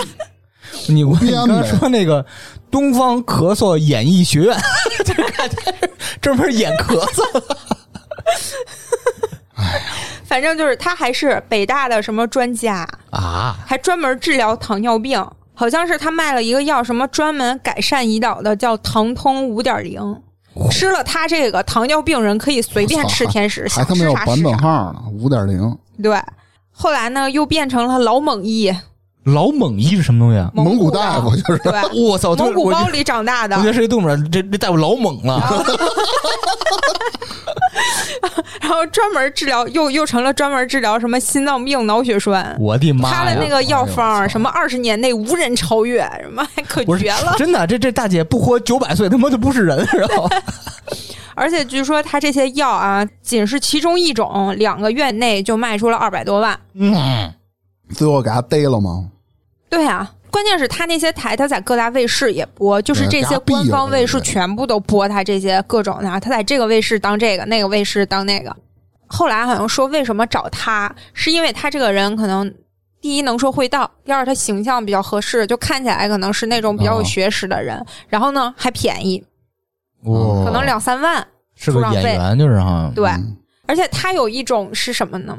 <laughs>
你我
编
你
呗
刚才说那个东方咳嗽演艺学院， <laughs> 就是专门演咳
<laughs>
嗽，
反正就是他还是北大的什么专家，
啊，
还专门治疗糖尿病，好像是他卖了一个药，什么专门改善胰岛的，叫糖通五点零。吃了它这个，糖尿病人可以随便吃甜食，
还
想
他
吃
妈有
啥
版
吃
本
啥。
号呢，五点零
对，后来呢又变成了老蒙医，
老猛医是什么东西啊？
蒙古
古
大
的
夫就是哦
对，
我操，这
蒙古
我觉
包
得
里长大的啊
我觉。得是一动物园，这这大夫老猛了，
然后专门治疗，又又成了专门治疗什么心脏病、脑血栓。
<laughs> 我的妈呀！
他的那个药方
哎呦
儿，什么二十年内无人超越，什么可
不是
绝了。
啊真的，这这大姐不活九百岁，他妈就不是人，是吧？
<laughs> 而且据说他这些药啊，仅是其中一种，两个月内就卖出了二百多万。
嗯，
最后给他逮了吗？
对啊，关键是他那些台，他在各大卫视也播，就
对
是
啊
这
给
些
他毙了
官方卫视
对不对
全部都播他这些各种的啊，他在这个卫视当这个，那个卫视当那个。后来好像说为什么找他，是因为他这个人可能第一能说会道，第二他形象比较合适，就看起来可能是那种比较有
哦
学识的人，然后呢还便宜，
哦
可能两三万。
是个演员，就是哈，
对，
嗯
而且他有一种是什么呢？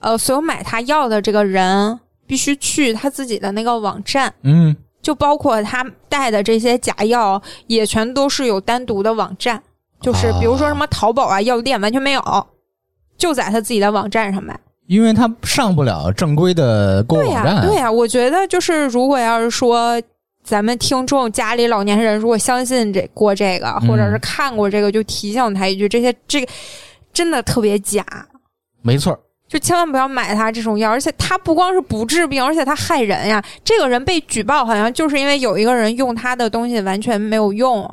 呃，所有买他药的这个人必须去他自己的那个网站，
嗯，
就包括他带的这些假药，也全都是有单独的网站，就是比如说什么淘宝啊、药店完全没有，就在他自己的网站上买。
因为他上不了正规的购物
对
网
呀、
站，
对呀、我觉得就是如果要是说。咱们听众家里老年人如果相信这过这个，或
嗯
者是看过这个，就提醒他一句：这些这个真的特别假，
没错儿，
就千万不要买它这种药，而且它不光是不治病，而且它害人呀。这个人被举报，好像就是因为有一个人用他的东西完全没有用，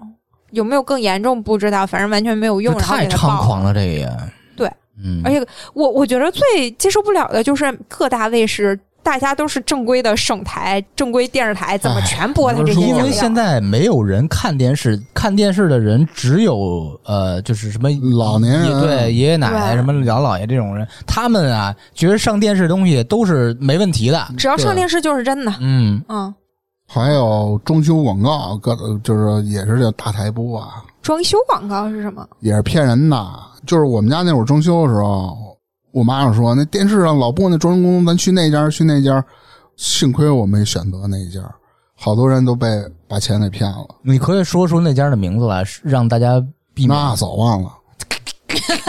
有没有更严重不知道，反正完全没有用，
这
然后
太
给他
猖
报
狂了，这个也
对，
嗯，
而且我我觉得最接受不了的就是各大卫视，大家都是正规的省台、正规电视台，怎么全播他这些
因
假
为现
药？
在没有人看电视，看电视的人只有呃，就是什么
老年人
对爷爷奶奶
对
什么老姥爷这种人，他们啊觉得上电视东西都是没问题的，
只要上电视就是真的。
嗯，
嗯，
还有装修广告，各就是也是这大台播啊，
装修广告是什么？
也是骗人的。就是我们家那会儿装修的时候，我妈就说那电视上老播那装修工，咱去那家去那家，幸亏我没选择那一家，好多人都被把钱给骗
<laughs>
了，
你可以说出那家的名字来，让大家避免。
那早忘了。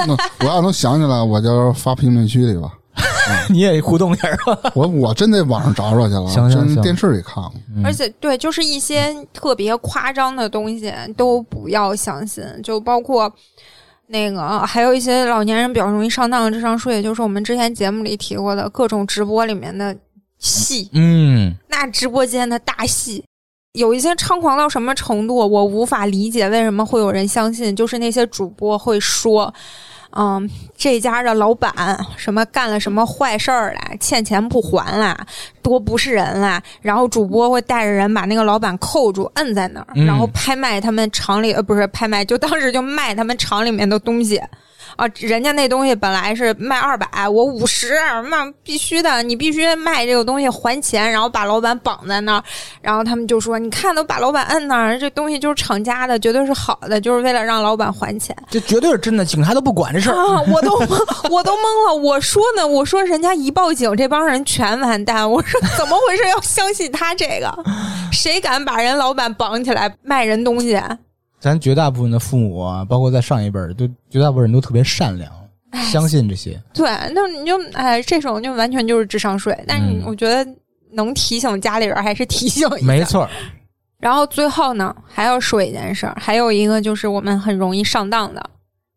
那我要能想起来，我就发评论区里吧。
<laughs> 你也互动一下吧。
我我真得网上找找去了，
行行
真
行
电视里看过。
而且对，就是一些特别夸张的东西都不要相信，就包括那个还有一些老年人比较容易上当的智商税，就是我们之前节目里提过的各种直播里面的戏，
嗯，
那直播间的大戏。有一些猖狂到什么程度，我无法理解为什么会有人相信，就是那些主播会说，嗯，这家的老板什么干了什么坏事儿啦，欠钱不还啦，多不是人啦。然后主播会带着人把那个老板扣住，摁在那儿，
嗯
然后拍卖他们厂里呃不是拍卖，就当时就卖他们厂里面的东西。啊，人家那东西本来是卖二百，我五十，那必须的，你必须卖这个东西还钱，然后把老板绑在那儿，然后他们就说，你看都把老板摁那儿，这东西就是厂家的，绝对是好的，就是为了让老板还钱。
这绝对是真的，警察都不管这事儿。
<laughs> 啊！我都懵，我都懵了。我说呢，我说人家一报警，这帮人全完蛋。我说怎么回事？要相信他这个，谁敢把人老板绑起来卖人东西？
咱绝大部分的父母啊，包括在上一辈儿，都绝大部分人都特别善良，
哎
相信这些。
对，那你就哎，这种就完全就是智商税。但是
嗯
我觉得能提醒家里人还是提醒一下。
没。错儿，
然后最后呢，还要说一件事儿，还有一个就是我们很容易上当的，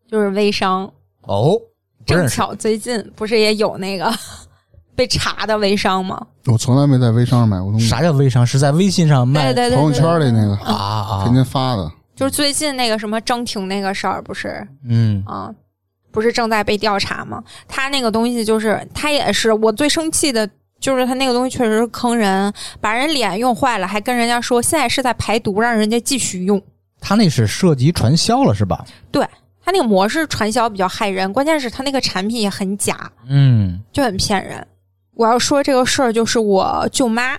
就是微商。
哦，不
正
认识，
巧最近不是也有那个 <laughs> 被查的微商吗？
我从来没在微商上买过东西，
啥叫微商？是在微信上卖
对对对，
朋友
对
圈里那个
啊啊
天，天发的，
就是最近那个什么张婷那个事儿，不是
嗯，
啊，不是正在被调查吗？他那个东西就是，他也是我最生气的，就是他那个东西确实是坑人，把人脸用坏了，还跟人家说现在是在排毒，让人家继续用。
他那是涉及传销了是吧？
他那个模式传销比较害人，关键是他那个产品也很假，
嗯，
就很骗人。我要说这个事儿，就是我舅妈，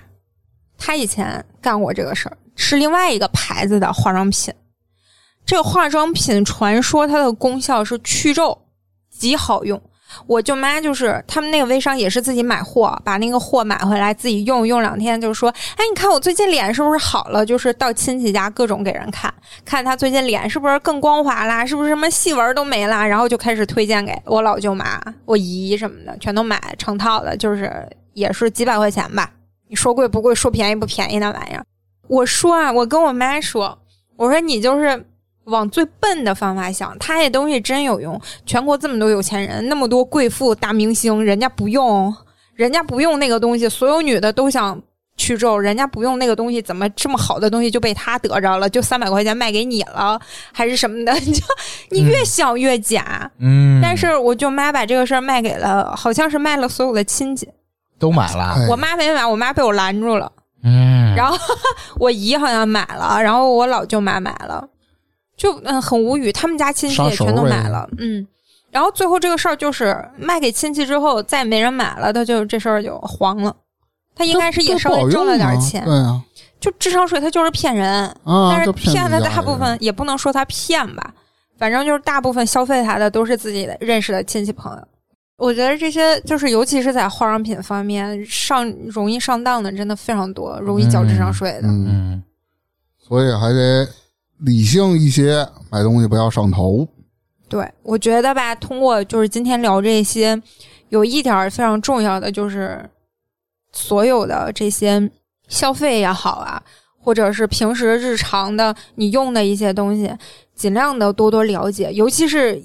她以前干过这个事儿，是另外一个牌子的化妆品。这个化妆品传说它的功效是去皱，极好用。我舅妈就是他们那个微商也是自己买货，把那个货买回来自己用，用两天就说：“哎，你看我最近脸是不是好了？”就是到亲戚家各种给人看，看她最近脸是不是更光滑啦，是不是什么细纹都没啦，然后就开始推荐给我老舅妈、我姨什么的，全都买成套的，就是也是几百块钱吧。你说贵不贵，说便宜不便宜那玩意儿。我说啊，我跟我妈说，我说你就是往最笨的方法想，他这东西真有用。全国这么多有钱人，那么多贵妇、大明星，人家不用，人家不用那个东西，所有女的都想去皱，人家不用那个东西，怎么这么好的东西就被他得着了？就三百块钱卖给你了，还是什么的？ <laughs> 你就你越想越假。
嗯，
但是我舅妈把这个事儿卖给了，好像是卖了所有的亲戚。
都买了，
哎
我妈没买，我妈被我拦住了。
嗯，
然后我姨好像买了，然后我老舅妈买了，就嗯很无语，他们家亲戚也全都买了，嗯。然后最后这个事儿就是卖给亲戚之后，再也没人买了，他就这事儿就黄了。他应该是也
这
稍
不好
微挣了
用啊
点钱，
对啊，
就智商税，他就是骗人，
啊，
但是
就骗
的
自家
大部
人
分也不能说他骗吧，反正就是大部分消费他的都是自己的认识的亲戚朋友。我觉得这些就是，尤其是在化妆品方面上容易上当的，真的非常多，容易缴智商税的。
嗯，
嗯，
所以还得理性一些，买东西不要上头。
对，我觉得吧，通过就是今天聊这些，有一点儿非常重要的就是，所有的这些消费也好啊，或者是平时日常的你用的一些东西，尽量的多多了解，尤其是。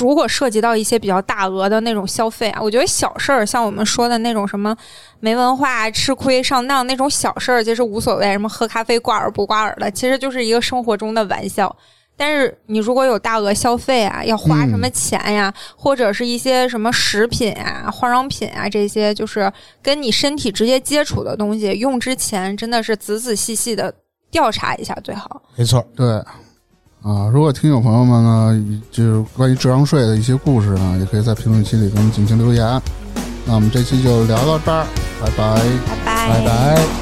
如果涉及到一些比较大额的那种消费啊，我觉得小事儿，像我们说的那种什么没文化、吃亏、上当那种小事儿，其实无所谓。什么喝咖啡挂耳不挂耳的，其实就是一个生活中的玩笑。但是你如果有大额消费啊，要花什么钱呀、或者是一些什么食品啊、化妆品啊这些，就是跟你身体直接接触的东西，用之前真的是仔仔细细的调查一下最好。
没错，
对，啊，如果听友朋友们呢，就是关于智商税的一些故事呢，也可以在评论区里给我们进行留言。那我们这期就聊到这儿，拜拜
拜拜
拜拜。